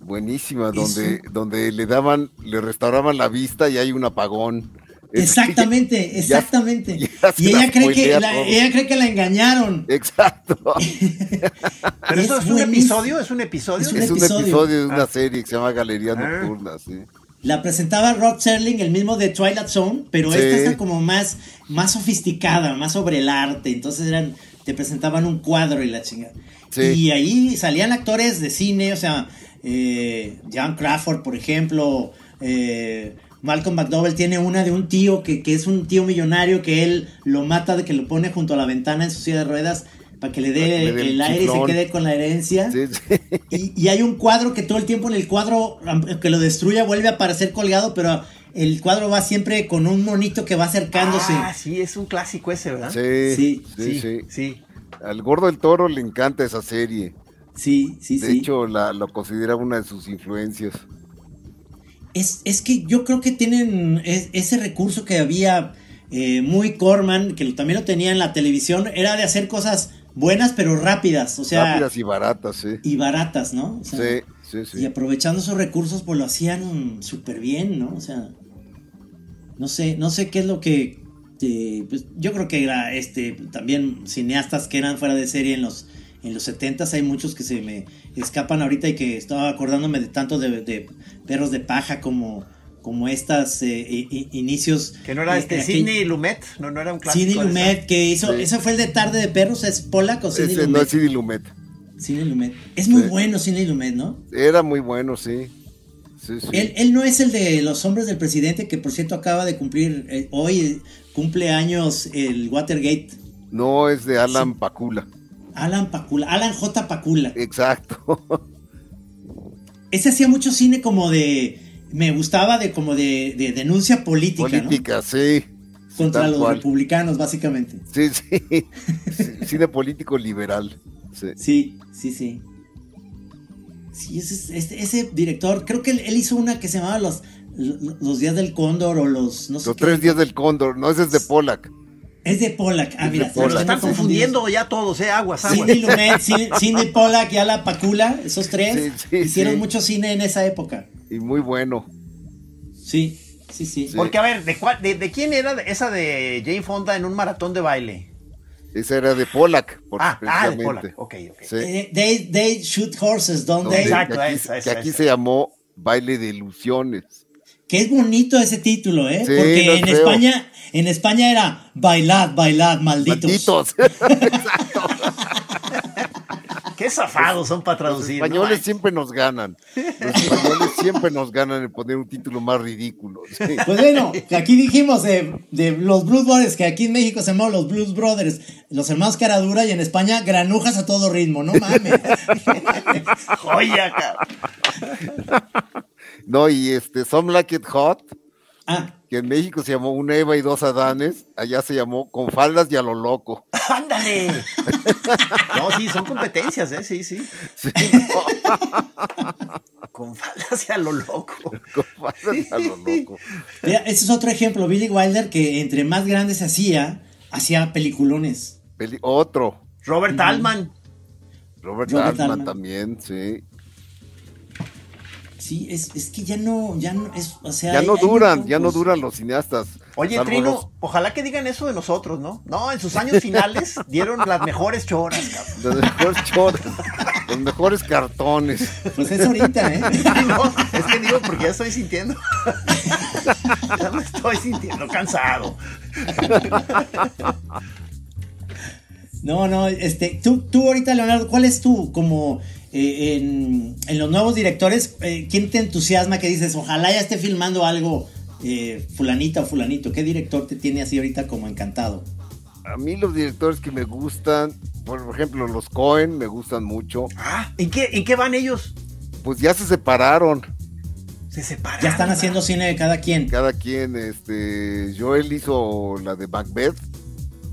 Speaker 5: Buenísima, donde,
Speaker 3: Eso.
Speaker 5: donde le daban, le restauraban la vista y hay un apagón. Es-
Speaker 3: Exactamente, exactamente.
Speaker 5: ya se
Speaker 3: y
Speaker 5: la
Speaker 3: ella cree, que
Speaker 5: spoilea
Speaker 3: la,
Speaker 5: todo.
Speaker 3: ella cree que la engañaron.
Speaker 5: Exacto.
Speaker 4: Pero
Speaker 3: Es
Speaker 4: eso es un
Speaker 3: buenísimo.
Speaker 4: episodio, es un episodio.
Speaker 3: Es
Speaker 5: es un
Speaker 3: episodio.
Speaker 5: episodio de una serie que se llama Galería
Speaker 4: Ah.
Speaker 5: Nocturna, sí.
Speaker 3: La presentaba Rod Serling, el mismo de Twilight Zone, pero
Speaker 5: Sí.
Speaker 3: esta está como más, más sofisticada, más sobre el arte. Entonces eran, te presentaban un cuadro y la chingada.
Speaker 5: Sí.
Speaker 3: Y ahí salían actores de cine, o sea, eh, John Crawford, por ejemplo, eh, Malcolm McDowell tiene una de un tío que, que es un tío millonario que él lo mata de que lo pone junto a la ventana en su silla de ruedas para que le
Speaker 5: Para que
Speaker 3: dé
Speaker 5: le dé el
Speaker 3: el aire y se
Speaker 5: chiflón.
Speaker 3: quede con la herencia.
Speaker 5: Sí, sí.
Speaker 3: Y, y hay un cuadro que todo el tiempo en el cuadro, que lo destruya, vuelve a aparecer colgado, pero el cuadro va siempre con un monito que va acercándose.
Speaker 4: Ah, sí, es un clásico ese, ¿verdad?
Speaker 5: Sí,
Speaker 3: ¿Ah? Sí,
Speaker 5: sí, sí,
Speaker 4: sí.
Speaker 5: Al gordo del toro le encanta esa serie.
Speaker 3: sí, sí,
Speaker 5: De
Speaker 3: sí.
Speaker 5: hecho, la, lo considera una de sus influencias.
Speaker 3: Es, es que yo creo que tienen es- ese recurso que había eh, muy Corman, que lo- también lo tenía en la televisión, era de hacer cosas buenas pero rápidas, o sea,
Speaker 5: Rápidas y baratas, sí.
Speaker 3: y baratas, ¿no? O sea,
Speaker 5: Sí, sí, sí.
Speaker 3: Y aprovechando esos recursos, pues lo hacían súper bien, ¿no? O sea, no sé, no sé qué es lo que... eh, pues, yo creo que era, este, también cineastas que eran fuera de serie en los, en los 70s, hay muchos que se me escapan ahorita y que estaba acordándome de tanto de, de perros de paja como, como estas eh, i- i- inicios.
Speaker 4: Que no era
Speaker 3: eh,
Speaker 4: este
Speaker 3: aquel-
Speaker 4: Sidney Lumet, no, no era un clásico.
Speaker 3: Sidney
Speaker 4: de esa.
Speaker 3: Lumet, que hizo,
Speaker 5: Sí.
Speaker 3: ese fue el de Tarde de Perros, es polaco, Sidney
Speaker 5: Ese no
Speaker 3: Lumet.
Speaker 5: es Sidney Lumet.
Speaker 3: Sidney Lumet. Es muy
Speaker 5: Sí.
Speaker 3: bueno Sidney Lumet, ¿no?
Speaker 5: Era muy bueno, sí. Sí, sí.
Speaker 3: Él, él no es el de los hombres del presidente, que por cierto acaba de cumplir, eh, hoy eh, cumple años el Watergate.
Speaker 5: No es de Alan Pakula.
Speaker 3: Alan Pacula, Alan J. Pacula.
Speaker 5: Exacto.
Speaker 3: Ese hacía mucho cine como de, me gustaba de como de, de denuncia política, ¿no?
Speaker 5: Política, sí. Sí,
Speaker 3: Contra
Speaker 5: tal
Speaker 3: los
Speaker 5: cual.
Speaker 3: republicanos, básicamente.
Speaker 5: Sí, sí. Sí, Cine político liberal. Sí.
Speaker 3: Sí, sí, sí. Sí, ese, es- este- ese director, creo que él, él hizo una que se llamaba los, los días del cóndor o los, no sé
Speaker 5: Los
Speaker 3: qué.
Speaker 5: tres días del cóndor. No, ese es de Pollack.
Speaker 3: Es de Pollack. Ah,
Speaker 5: Es de
Speaker 3: mira,
Speaker 5: Pollack.
Speaker 4: Lo
Speaker 3: los
Speaker 4: están
Speaker 3: tengo confundidos.
Speaker 4: confundiendo ya todos, ¿eh? Aguas, aguas.
Speaker 3: Cindy Lumet, Cin- Cindy Pollack y Ala Pacula, esos tres,
Speaker 5: Sí, sí,
Speaker 3: hicieron
Speaker 5: sí.
Speaker 3: mucho cine en esa época.
Speaker 5: Y muy bueno.
Speaker 3: Sí, sí, sí.
Speaker 5: Sí.
Speaker 4: Porque, a ver, ¿de, cuál, de, de quién era esa de Jane Fonda en un maratón de baile?
Speaker 5: Esa era de Pollack, por,
Speaker 4: Ah, ah, de
Speaker 5: precisamente.
Speaker 4: Pollack. Ok, ok.
Speaker 5: Sí.
Speaker 3: Eh, They, they shoot horses, don't
Speaker 5: Donde-
Speaker 3: they?
Speaker 4: Exacto.
Speaker 5: que aquí,
Speaker 4: esa,
Speaker 5: que
Speaker 4: esa,
Speaker 5: aquí
Speaker 4: esa.
Speaker 5: se llamó Baile de Ilusiones.
Speaker 3: Que es bonito ese título, ¿eh?
Speaker 5: Sí,
Speaker 3: Porque
Speaker 5: no es
Speaker 3: en
Speaker 5: feo.
Speaker 3: España, en España era bailad, bailad, malditos.
Speaker 5: Malditos.
Speaker 4: Qué zafados son para
Speaker 5: Los
Speaker 4: traducir. ¿no?
Speaker 5: españoles
Speaker 4: Ay,
Speaker 5: siempre nos ganan. Los españoles siempre nos ganan en poner un título más ridículo. Sí.
Speaker 3: Pues bueno, que aquí dijimos de, de los Blues Brothers, que aquí en México se llamaban los Blues Brothers, los hermanos Caradura y en España granujas a todo ritmo, no mames.
Speaker 4: Joya, cabrón.
Speaker 5: No, y este, Some Like It Hot,
Speaker 3: Ah,
Speaker 5: que en México se llamó Una Eva y Dos Adanes, allá se llamó Con Faldas y a lo Loco.
Speaker 4: ¡Ándale! No, sí, son competencias, ¿eh? Sí, sí.
Speaker 5: Sí,
Speaker 4: Con faldas y a lo loco.
Speaker 5: Con Faldas y a lo Loco.
Speaker 3: mira, ese es otro ejemplo, Billy Wilder, que entre más grande se hacía, hacía peliculones.
Speaker 5: Peli- otro,
Speaker 4: Robert Altman.
Speaker 5: Robert,
Speaker 3: Robert
Speaker 5: Altman
Speaker 3: Altman.
Speaker 5: también, sí.
Speaker 3: Sí, es, es que ya no, ya no, es, o sea,
Speaker 5: Ya
Speaker 3: hay-
Speaker 5: no
Speaker 3: hay muy
Speaker 5: duran, ya no
Speaker 3: pocos.
Speaker 5: duran los cineastas.
Speaker 4: Oye,
Speaker 5: salvo
Speaker 4: Trino,
Speaker 5: los-
Speaker 4: ojalá que digan eso de nosotros, ¿no? No, en sus años finales dieron las mejores choras, cabrón.
Speaker 5: Los mejores choras, los mejores cartones.
Speaker 3: Pues es ahorita, ¿eh?
Speaker 4: Sí, no, es que digo porque ya estoy sintiendo. Ya me estoy sintiendo cansado.
Speaker 3: No, no, este, tú, tú ahorita, Leonardo, ¿cuál es tu, como, eh, en, en los nuevos directores, eh, quién te entusiasma que dices, ojalá ya esté filmando algo eh, fulanita o fulanito? ¿Qué director te tiene así ahorita como encantado?
Speaker 5: A mí los directores que me gustan, por ejemplo, los Cohen me gustan mucho.
Speaker 4: Ah, ¿en qué, ¿en qué van ellos?
Speaker 5: Pues ya se separaron,
Speaker 4: Se Ah, separan.
Speaker 3: Ya
Speaker 5: Ah.
Speaker 3: están haciendo cine de cada quien.
Speaker 5: cada quien, este, Joel hizo la de Macbeth,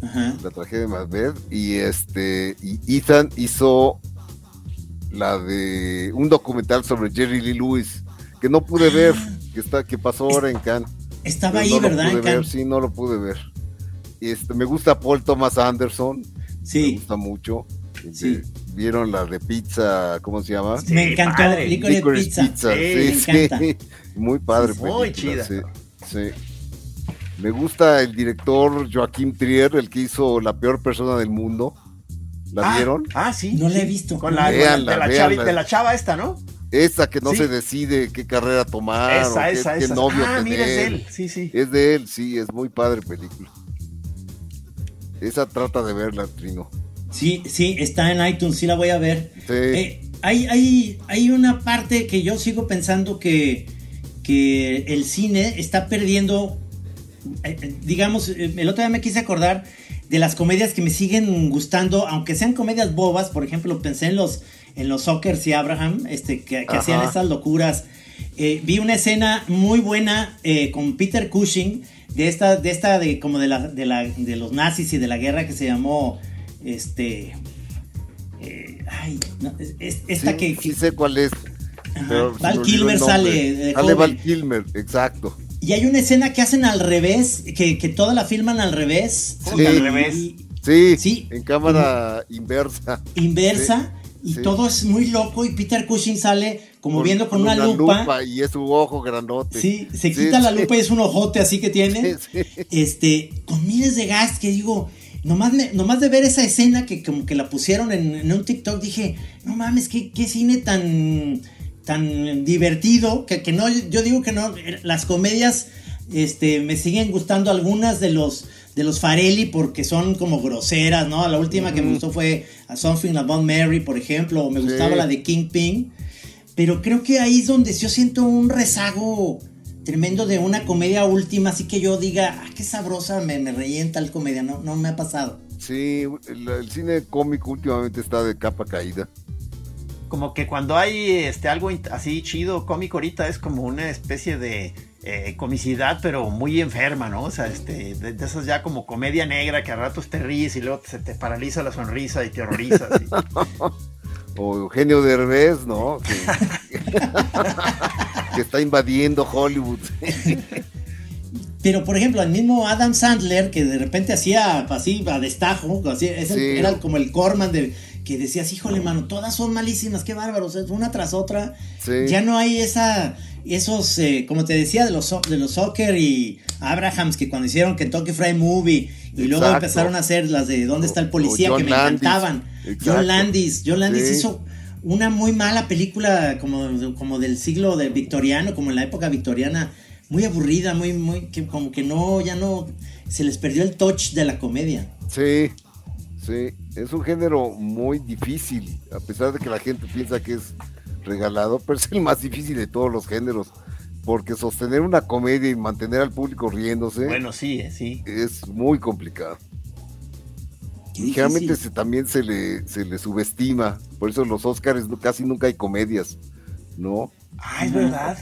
Speaker 3: Ajá.
Speaker 5: la tragedia de Macbeth, y este, y Ethan hizo la de un documental sobre Jerry Lee Lewis, que no pude ver, que está, que pasó ahora en Cannes.
Speaker 3: Ah. Estaba
Speaker 5: Pero
Speaker 3: ahí,
Speaker 5: Pues no
Speaker 3: ¿verdad?
Speaker 5: Lo pude
Speaker 3: En Cannes?
Speaker 5: ver, sí, no lo pude ver. Este, me gusta Paul Thomas Anderson, me
Speaker 3: Sí.
Speaker 5: gusta mucho.
Speaker 3: Sí.
Speaker 5: Este, ¿Vieron la de pizza? ¿Cómo se llama?
Speaker 4: Sí,
Speaker 3: me encantó
Speaker 4: padre.
Speaker 3: Licorice
Speaker 5: Licorice
Speaker 3: Pizza.
Speaker 4: Sí,
Speaker 5: Sí,
Speaker 3: me
Speaker 5: sí. Muy padre.
Speaker 4: Sí, sí. Muy chida.
Speaker 5: Sí, sí. Me gusta el director Joaquín Trier, el que hizo La peor persona del mundo. ¿La
Speaker 4: Ah,
Speaker 5: vieron?
Speaker 4: Ah, sí.
Speaker 3: No la he
Speaker 4: sí.
Speaker 3: visto.
Speaker 4: Con la,
Speaker 5: Véanla,
Speaker 4: de, la
Speaker 5: véanla.
Speaker 4: chavi- de la chava esta, ¿no?
Speaker 5: Esa que no
Speaker 4: sí.
Speaker 5: se decide qué carrera tomar o
Speaker 4: esa,
Speaker 5: qué,
Speaker 4: esa,
Speaker 5: qué
Speaker 4: esa.
Speaker 5: novio
Speaker 4: ah,
Speaker 5: tener.
Speaker 4: mira, es él. Sí, sí.
Speaker 5: Es de él, sí, es muy padre película. Esa trata de verla, Trino.
Speaker 3: Sí, sí, está en iTunes, sí la voy a ver.
Speaker 5: Sí.
Speaker 3: Eh, hay, hay, hay una parte que yo sigo pensando que, que el cine está perdiendo, eh, eh, digamos, eh, el otro día me quise acordar de las comedias que me siguen gustando, aunque sean comedias bobas, por ejemplo, pensé en los, en los Sockers y Abraham, este, que, que hacían
Speaker 5: Ajá.
Speaker 3: estas locuras. Eh, vi una escena muy buena eh, con Peter Cushing de esta, de esta, de como de la, de la, de los nazis y de la guerra que se llamó, este, eh, ay, no, es- es- esta
Speaker 5: sí,
Speaker 3: que,
Speaker 5: sí sé cuál es. pero se
Speaker 3: Val
Speaker 5: me olvidó el
Speaker 3: Kilmer
Speaker 5: nombre.
Speaker 3: sale de
Speaker 5: Sale Val
Speaker 3: joven.
Speaker 5: Kilmer, exacto.
Speaker 3: y hay una escena que hacen al revés, que, que toda la filman al revés.
Speaker 4: Sí.
Speaker 3: Y-
Speaker 5: Al
Speaker 4: revés.
Speaker 3: y-
Speaker 5: Sí,
Speaker 3: Sí.
Speaker 5: en cámara inversa.
Speaker 3: inversa. Y
Speaker 5: sí.
Speaker 3: todo es muy loco y Peter Cushing sale como
Speaker 5: Con-
Speaker 3: viendo con,
Speaker 5: con
Speaker 3: una, lupa.
Speaker 5: Y es un ojo grandote.
Speaker 3: Sí, se
Speaker 5: Sí,
Speaker 3: quita la
Speaker 5: sí.
Speaker 3: lupa y es un ojote así que tiene.
Speaker 5: Sí, sí.
Speaker 3: Este, con miles de gas que digo, nomás, me- nomás de ver esa escena que como que la pusieron en, en un TikTok, dije, no mames, qué, qué cine tan, tan divertido, que, que no, yo digo que no, eh, las comedias este, me siguen gustando algunas de los... De los Farelli porque son como groseras, ¿no? La última que me gustó fue A Something About Mary, por ejemplo, o me
Speaker 5: Sí.
Speaker 3: gustaba la de Kingpin. Pero creo que ahí es donde yo siento un rezago tremendo de una comedia última, así que yo diga, ah, qué sabrosa, me, me reí en tal comedia, no, no me ha pasado.
Speaker 5: Sí, el, el cine cómico últimamente está de capa caída.
Speaker 4: Como que cuando hay este algo in- así chido, cómico ahorita, es como una especie de eh, comicidad, pero muy enferma, ¿no? O sea, este, de, de esas ya como comedia negra que a ratos te ríes y luego se te paraliza la sonrisa y te horrorizas. y-
Speaker 5: O Eugenio Derbez, ¿no? Que, que está invadiendo Hollywood.
Speaker 3: Pero por ejemplo, el mismo Adam Sandler, que de repente hacía así a destajo, así, ese
Speaker 5: Sí.
Speaker 3: era como el corman de, que decías, híjole, mano, todas son malísimas, qué bárbaros, es una tras otra.
Speaker 5: Sí.
Speaker 3: Ya no hay esa, esos, eh, como te decía, de los, so- de los soccer y Abrahams que cuando hicieron Kentucky Fried Movie Y luego
Speaker 5: Exacto.
Speaker 3: empezaron a hacer las de ¿Dónde está el
Speaker 5: O- o
Speaker 3: policía?
Speaker 5: John
Speaker 3: que me
Speaker 5: Landis.
Speaker 3: encantaban.
Speaker 5: Exacto.
Speaker 3: John Landis. John Landis
Speaker 5: Sí.
Speaker 3: hizo una muy mala película como, como del siglo del victoriano, como en la época victoriana. Muy aburrida, muy, muy, que como que no, ya no, se les perdió el touch de la comedia.
Speaker 5: Sí, sí, es un género muy difícil, a pesar de que la gente piensa que es regalado, pero es el más difícil de todos los géneros, porque sostener una comedia y mantener al público riéndose
Speaker 4: Bueno, sí, eh, sí.
Speaker 5: es muy complicado.
Speaker 3: Qué
Speaker 5: Y
Speaker 3: difícil.
Speaker 5: generalmente se- también se le, se le subestima, por eso en los Oscars no- casi nunca hay comedias, ¿no?
Speaker 4: Ah, es verdad.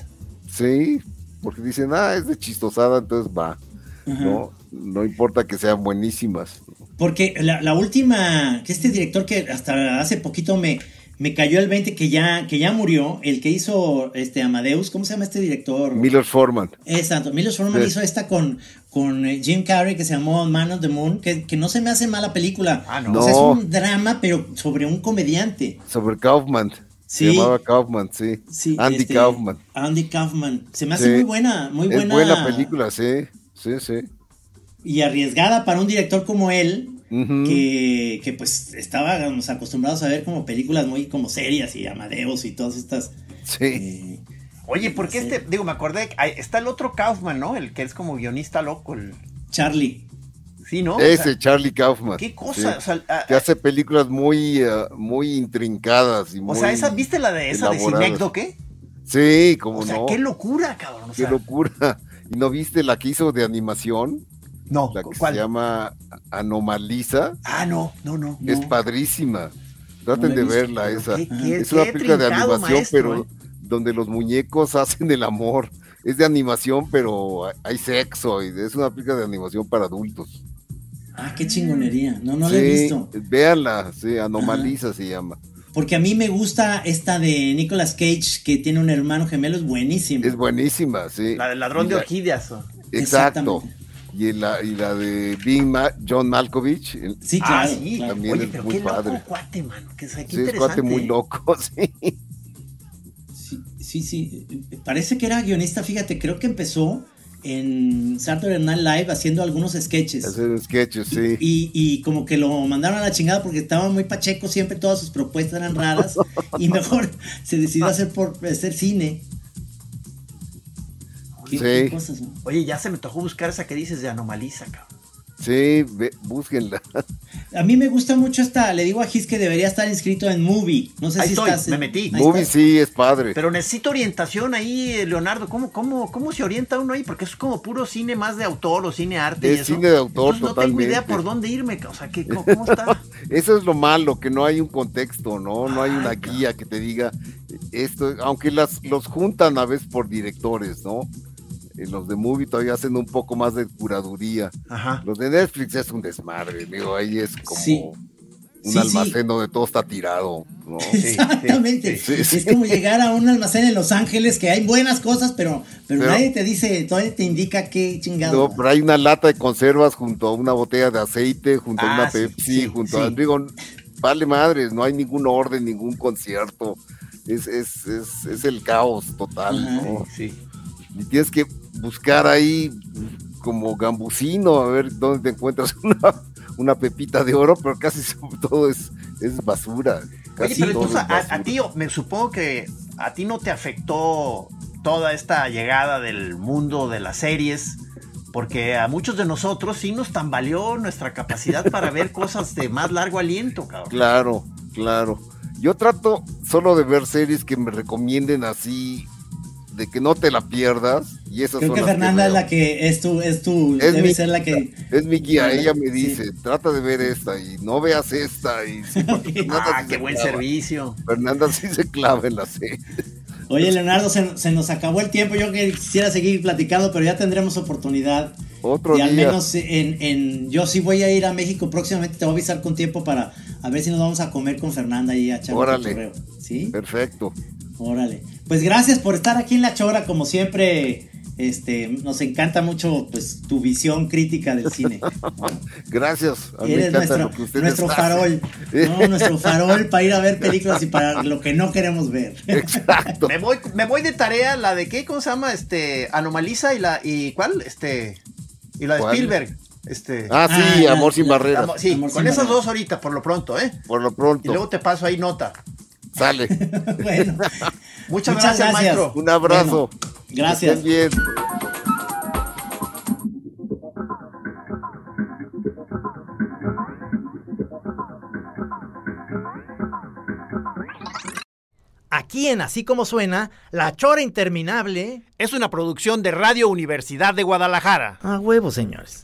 Speaker 5: Sí, porque dicen, ah, es de chistosada, entonces va, ¿no? No importa que sean buenísimas.
Speaker 3: Porque la, la última, que este director que hasta hace poquito me, me cayó el 20, que ya, que ya murió, el que hizo este Amadeus, ¿cómo se llama este director? Eh,
Speaker 5: Miller Forman.
Speaker 3: Exacto, Milos Forman
Speaker 5: Sí.
Speaker 3: hizo esta con, con eh, Jim Carrey que se llamó Man on the Moon, que, que no se me hace mala película.
Speaker 4: Ah, no.
Speaker 3: O sea, es
Speaker 5: No.
Speaker 3: un drama, pero sobre un comediante.
Speaker 5: sobre Kaufman.
Speaker 3: Sí.
Speaker 5: Se llamaba Kaufman, sí.
Speaker 3: Sí,
Speaker 5: Andy
Speaker 3: este,
Speaker 5: Kaufman.
Speaker 3: Andy Kaufman. Se me hace
Speaker 5: Sí.
Speaker 3: muy buena, muy buena.
Speaker 5: Es buena película, sí. Sí, sí.
Speaker 3: Y arriesgada para un director como él,
Speaker 5: Ujú.
Speaker 3: que, que pues estábamos acostumbrados a ver como películas muy como serias y Amadeus y todas estas.
Speaker 5: Sí.
Speaker 3: eh,
Speaker 4: Oye, ¿por qué
Speaker 3: Sí.
Speaker 4: este? Digo, me acordé. que hay- Está el otro Kaufman, ¿no? El que es como guionista loco. el-
Speaker 3: Charlie.
Speaker 4: Sí, ¿no? O sea,
Speaker 5: Ese Charlie Kaufman.
Speaker 4: ¿Qué cosa?
Speaker 5: sí.
Speaker 4: O sea, ah,
Speaker 5: que hace películas muy, eh, muy intrincadas. Y
Speaker 4: o sea,
Speaker 5: muy
Speaker 4: esa, ¿viste la de esa
Speaker 5: elaboradas.
Speaker 4: de Cinecdo, qué?
Speaker 5: Sí, como
Speaker 4: O sea,
Speaker 5: no.
Speaker 4: qué locura, cabrón. O
Speaker 5: Qué
Speaker 4: sea,
Speaker 5: locura. ¿Y no viste la que hizo de animación?
Speaker 4: No,
Speaker 5: La que
Speaker 4: ¿cuál?
Speaker 5: se llama Anomaliza.
Speaker 4: Ah, no, no, no.
Speaker 5: Es
Speaker 4: no.
Speaker 5: padrísima.
Speaker 3: No
Speaker 5: Traten
Speaker 3: la he
Speaker 5: de
Speaker 3: visto,
Speaker 5: verla
Speaker 4: pero
Speaker 5: esa. mm,
Speaker 4: qué- qué-
Speaker 5: es una
Speaker 4: qué
Speaker 5: película de
Speaker 4: trincado,
Speaker 5: animación,
Speaker 4: maestro,
Speaker 5: pero
Speaker 4: ¿eh?
Speaker 5: donde los muñecos hacen el amor. Es de animación, pero hay sexo. Y es una película de animación para adultos.
Speaker 3: Ah, qué chingonería. No, no la he
Speaker 5: Sí,
Speaker 3: visto.
Speaker 5: Véanla, sí, Anomaliza se llama.
Speaker 3: Porque a mí me gusta esta de Nicolas Cage, que tiene un hermano gemelo, es buenísimo.
Speaker 5: Es buenísima, sí.
Speaker 4: La del ladrón
Speaker 5: Y
Speaker 4: de
Speaker 5: la-
Speaker 4: orquídeas. o-
Speaker 5: Exacto.
Speaker 3: Exactamente.
Speaker 5: Y la, y la de Big Ma- John Malkovich. el-
Speaker 3: Sí,
Speaker 4: Ah,
Speaker 3: claro.
Speaker 4: sí.
Speaker 3: claro.
Speaker 5: también
Speaker 4: Oye,
Speaker 5: es
Speaker 4: pero
Speaker 5: muy
Speaker 4: qué loco
Speaker 5: padre.
Speaker 4: cuate, mano. Que, o sea, qué
Speaker 5: sí, es
Speaker 4: interesante.
Speaker 5: cuate muy loco, sí.
Speaker 3: Sí, sí, sí. Parece que era guionista, fíjate, creo que empezó en Saturday Night Live haciendo algunos sketches.
Speaker 5: Hacer sketches, sí.
Speaker 3: Y, y como que lo mandaron a la chingada porque estaba muy pacheco, siempre todas sus propuestas eran raras. y mejor se decidió hacer por hacer cine. ¿Qué,
Speaker 5: Sí.
Speaker 3: qué cosas, no?
Speaker 4: Oye, ya se me tocó buscar esa que dices de anomaliza, cabrón.
Speaker 5: Sí, ve- búsquenla.
Speaker 3: A mí me gusta mucho esta, le digo a Gis que debería estar inscrito en Movie. No sé
Speaker 4: Ahí
Speaker 3: si
Speaker 4: estoy,
Speaker 3: estás.
Speaker 4: me metí.
Speaker 3: Ahí
Speaker 5: Movie
Speaker 3: estás.
Speaker 5: sí es padre.
Speaker 4: Pero necesito orientación ahí, eh, Leonardo. ¿Cómo, cómo, ¿Cómo se orienta uno ahí? Porque es como puro cine más de autor o cine arte. y
Speaker 5: Es
Speaker 4: eso.
Speaker 5: cine de autor,
Speaker 4: Entonces, No tengo idea
Speaker 5: totalmente.
Speaker 4: por dónde irme. ca- O sea, ¿qué, cómo, cómo está?
Speaker 5: Eso es lo malo, que no hay un contexto, ¿no? No hay
Speaker 3: Ah,
Speaker 5: una
Speaker 4: Ay, cabrón.
Speaker 5: guía que te diga esto, aunque las los juntan a veces por directores, ¿no? Eh, Los de movie todavía hacen un poco más de curaduría.
Speaker 4: Ajá.
Speaker 5: Los de Netflix es un desmadre, digo, ahí es como
Speaker 3: Sí.
Speaker 5: un
Speaker 3: Sí, sí.
Speaker 5: almacén donde todo está tirado, ¿no?
Speaker 3: Exactamente.
Speaker 5: sí, sí, sí.
Speaker 3: Es como llegar a un almacén en Los Ángeles que hay buenas cosas, pero, pero,
Speaker 5: Pero-
Speaker 3: nadie te dice, nadie te indica qué
Speaker 5: No,
Speaker 3: chingado.
Speaker 5: pero hay una lata de conservas junto a una botella de aceite, junto
Speaker 4: Ah,
Speaker 5: a una
Speaker 4: sí,
Speaker 5: Pepsi,
Speaker 4: sí,
Speaker 5: junto a...
Speaker 4: sí.
Speaker 5: Digo, vale madres, no hay ningún orden, ningún concierto. Es, es, es, es el caos total,
Speaker 3: Ajá.
Speaker 5: ¿no?
Speaker 4: Sí.
Speaker 5: Y tienes que buscar ahí como gambucino, a ver dónde te encuentras una, una pepita de oro, pero casi todo es, es basura.
Speaker 4: Oye,
Speaker 5: Casi
Speaker 4: pero
Speaker 5: todo
Speaker 4: entonces
Speaker 5: es
Speaker 4: a, a
Speaker 5: basura.
Speaker 4: ti, o- me supongo que a ti no te afectó toda esta llegada del mundo de las series, porque a muchos de nosotros sí nos tambaleó nuestra capacidad para ver cosas de más largo aliento, cabrón.
Speaker 5: Claro, claro. Yo trato solo de ver series que me recomienden así, de que no te la pierdas. Y esas
Speaker 3: Creo
Speaker 5: son
Speaker 3: que
Speaker 5: las
Speaker 3: Fernanda es
Speaker 5: veo.
Speaker 3: la que es tu, es tu,
Speaker 5: Es
Speaker 3: debe
Speaker 5: mi-
Speaker 3: ser la que.
Speaker 5: Es mi guía, ella me
Speaker 3: Sí.
Speaker 5: dice, trata de ver esta y no veas esta. Y sí, porque
Speaker 3: Ok.
Speaker 5: Fernanda
Speaker 4: Ah,
Speaker 5: sí
Speaker 4: qué
Speaker 5: se
Speaker 4: buen
Speaker 5: clava.
Speaker 4: servicio.
Speaker 5: Fernanda sí se clava en la serie.
Speaker 3: Oye, Leonardo, se, se nos acabó el tiempo. Yo que quisiera seguir platicando, pero ya tendremos oportunidad.
Speaker 5: Otro
Speaker 3: y al
Speaker 5: día.
Speaker 3: menos en, en- Yo sí voy a ir a México próximamente. Te voy a avisar con tiempo para a ver si nos vamos a comer con Fernanda y a echar un
Speaker 5: Órale.
Speaker 3: cotorreo. ¿Sí?
Speaker 5: Perfecto.
Speaker 3: Órale. Pues gracias por estar aquí en La Chora, como siempre. Este, nos encanta mucho pues tu visión crítica del cine.
Speaker 5: Gracias. A mí me
Speaker 3: Eres
Speaker 5: encanta
Speaker 3: nuestro,
Speaker 5: lo que ustedes
Speaker 3: nuestro
Speaker 5: hacen.
Speaker 3: farol, ¿no? nuestro farol para ir a ver películas y para lo que no queremos ver.
Speaker 5: Exacto.
Speaker 4: Me voy, me voy de tarea la de qué, ¿cómo se llama? Este, Anomaliza y la, y ¿cuál? Este, y la de
Speaker 5: ¿Cuál?
Speaker 4: Spielberg. Este,
Speaker 5: Ah, sí,
Speaker 3: Ah,
Speaker 5: Amor sin
Speaker 3: la-
Speaker 5: barreras.
Speaker 4: Amor- sí,
Speaker 3: Amor sin
Speaker 4: con esas
Speaker 3: barreras.
Speaker 4: dos ahorita, por lo pronto, ¿eh?
Speaker 5: Por lo
Speaker 4: Y
Speaker 5: pronto,
Speaker 4: luego te paso ahí nota.
Speaker 5: sale.
Speaker 3: Bueno,
Speaker 4: Muchas,
Speaker 3: Muchas
Speaker 4: gracias,
Speaker 3: gracias.
Speaker 4: maestro.
Speaker 5: Un abrazo.
Speaker 3: gracias.
Speaker 5: Que estén bien.
Speaker 6: Aquí en Así Como Suena, La Chora Interminable.
Speaker 7: Es una producción de Radio Universidad de Guadalajara.
Speaker 6: A huevo, señores.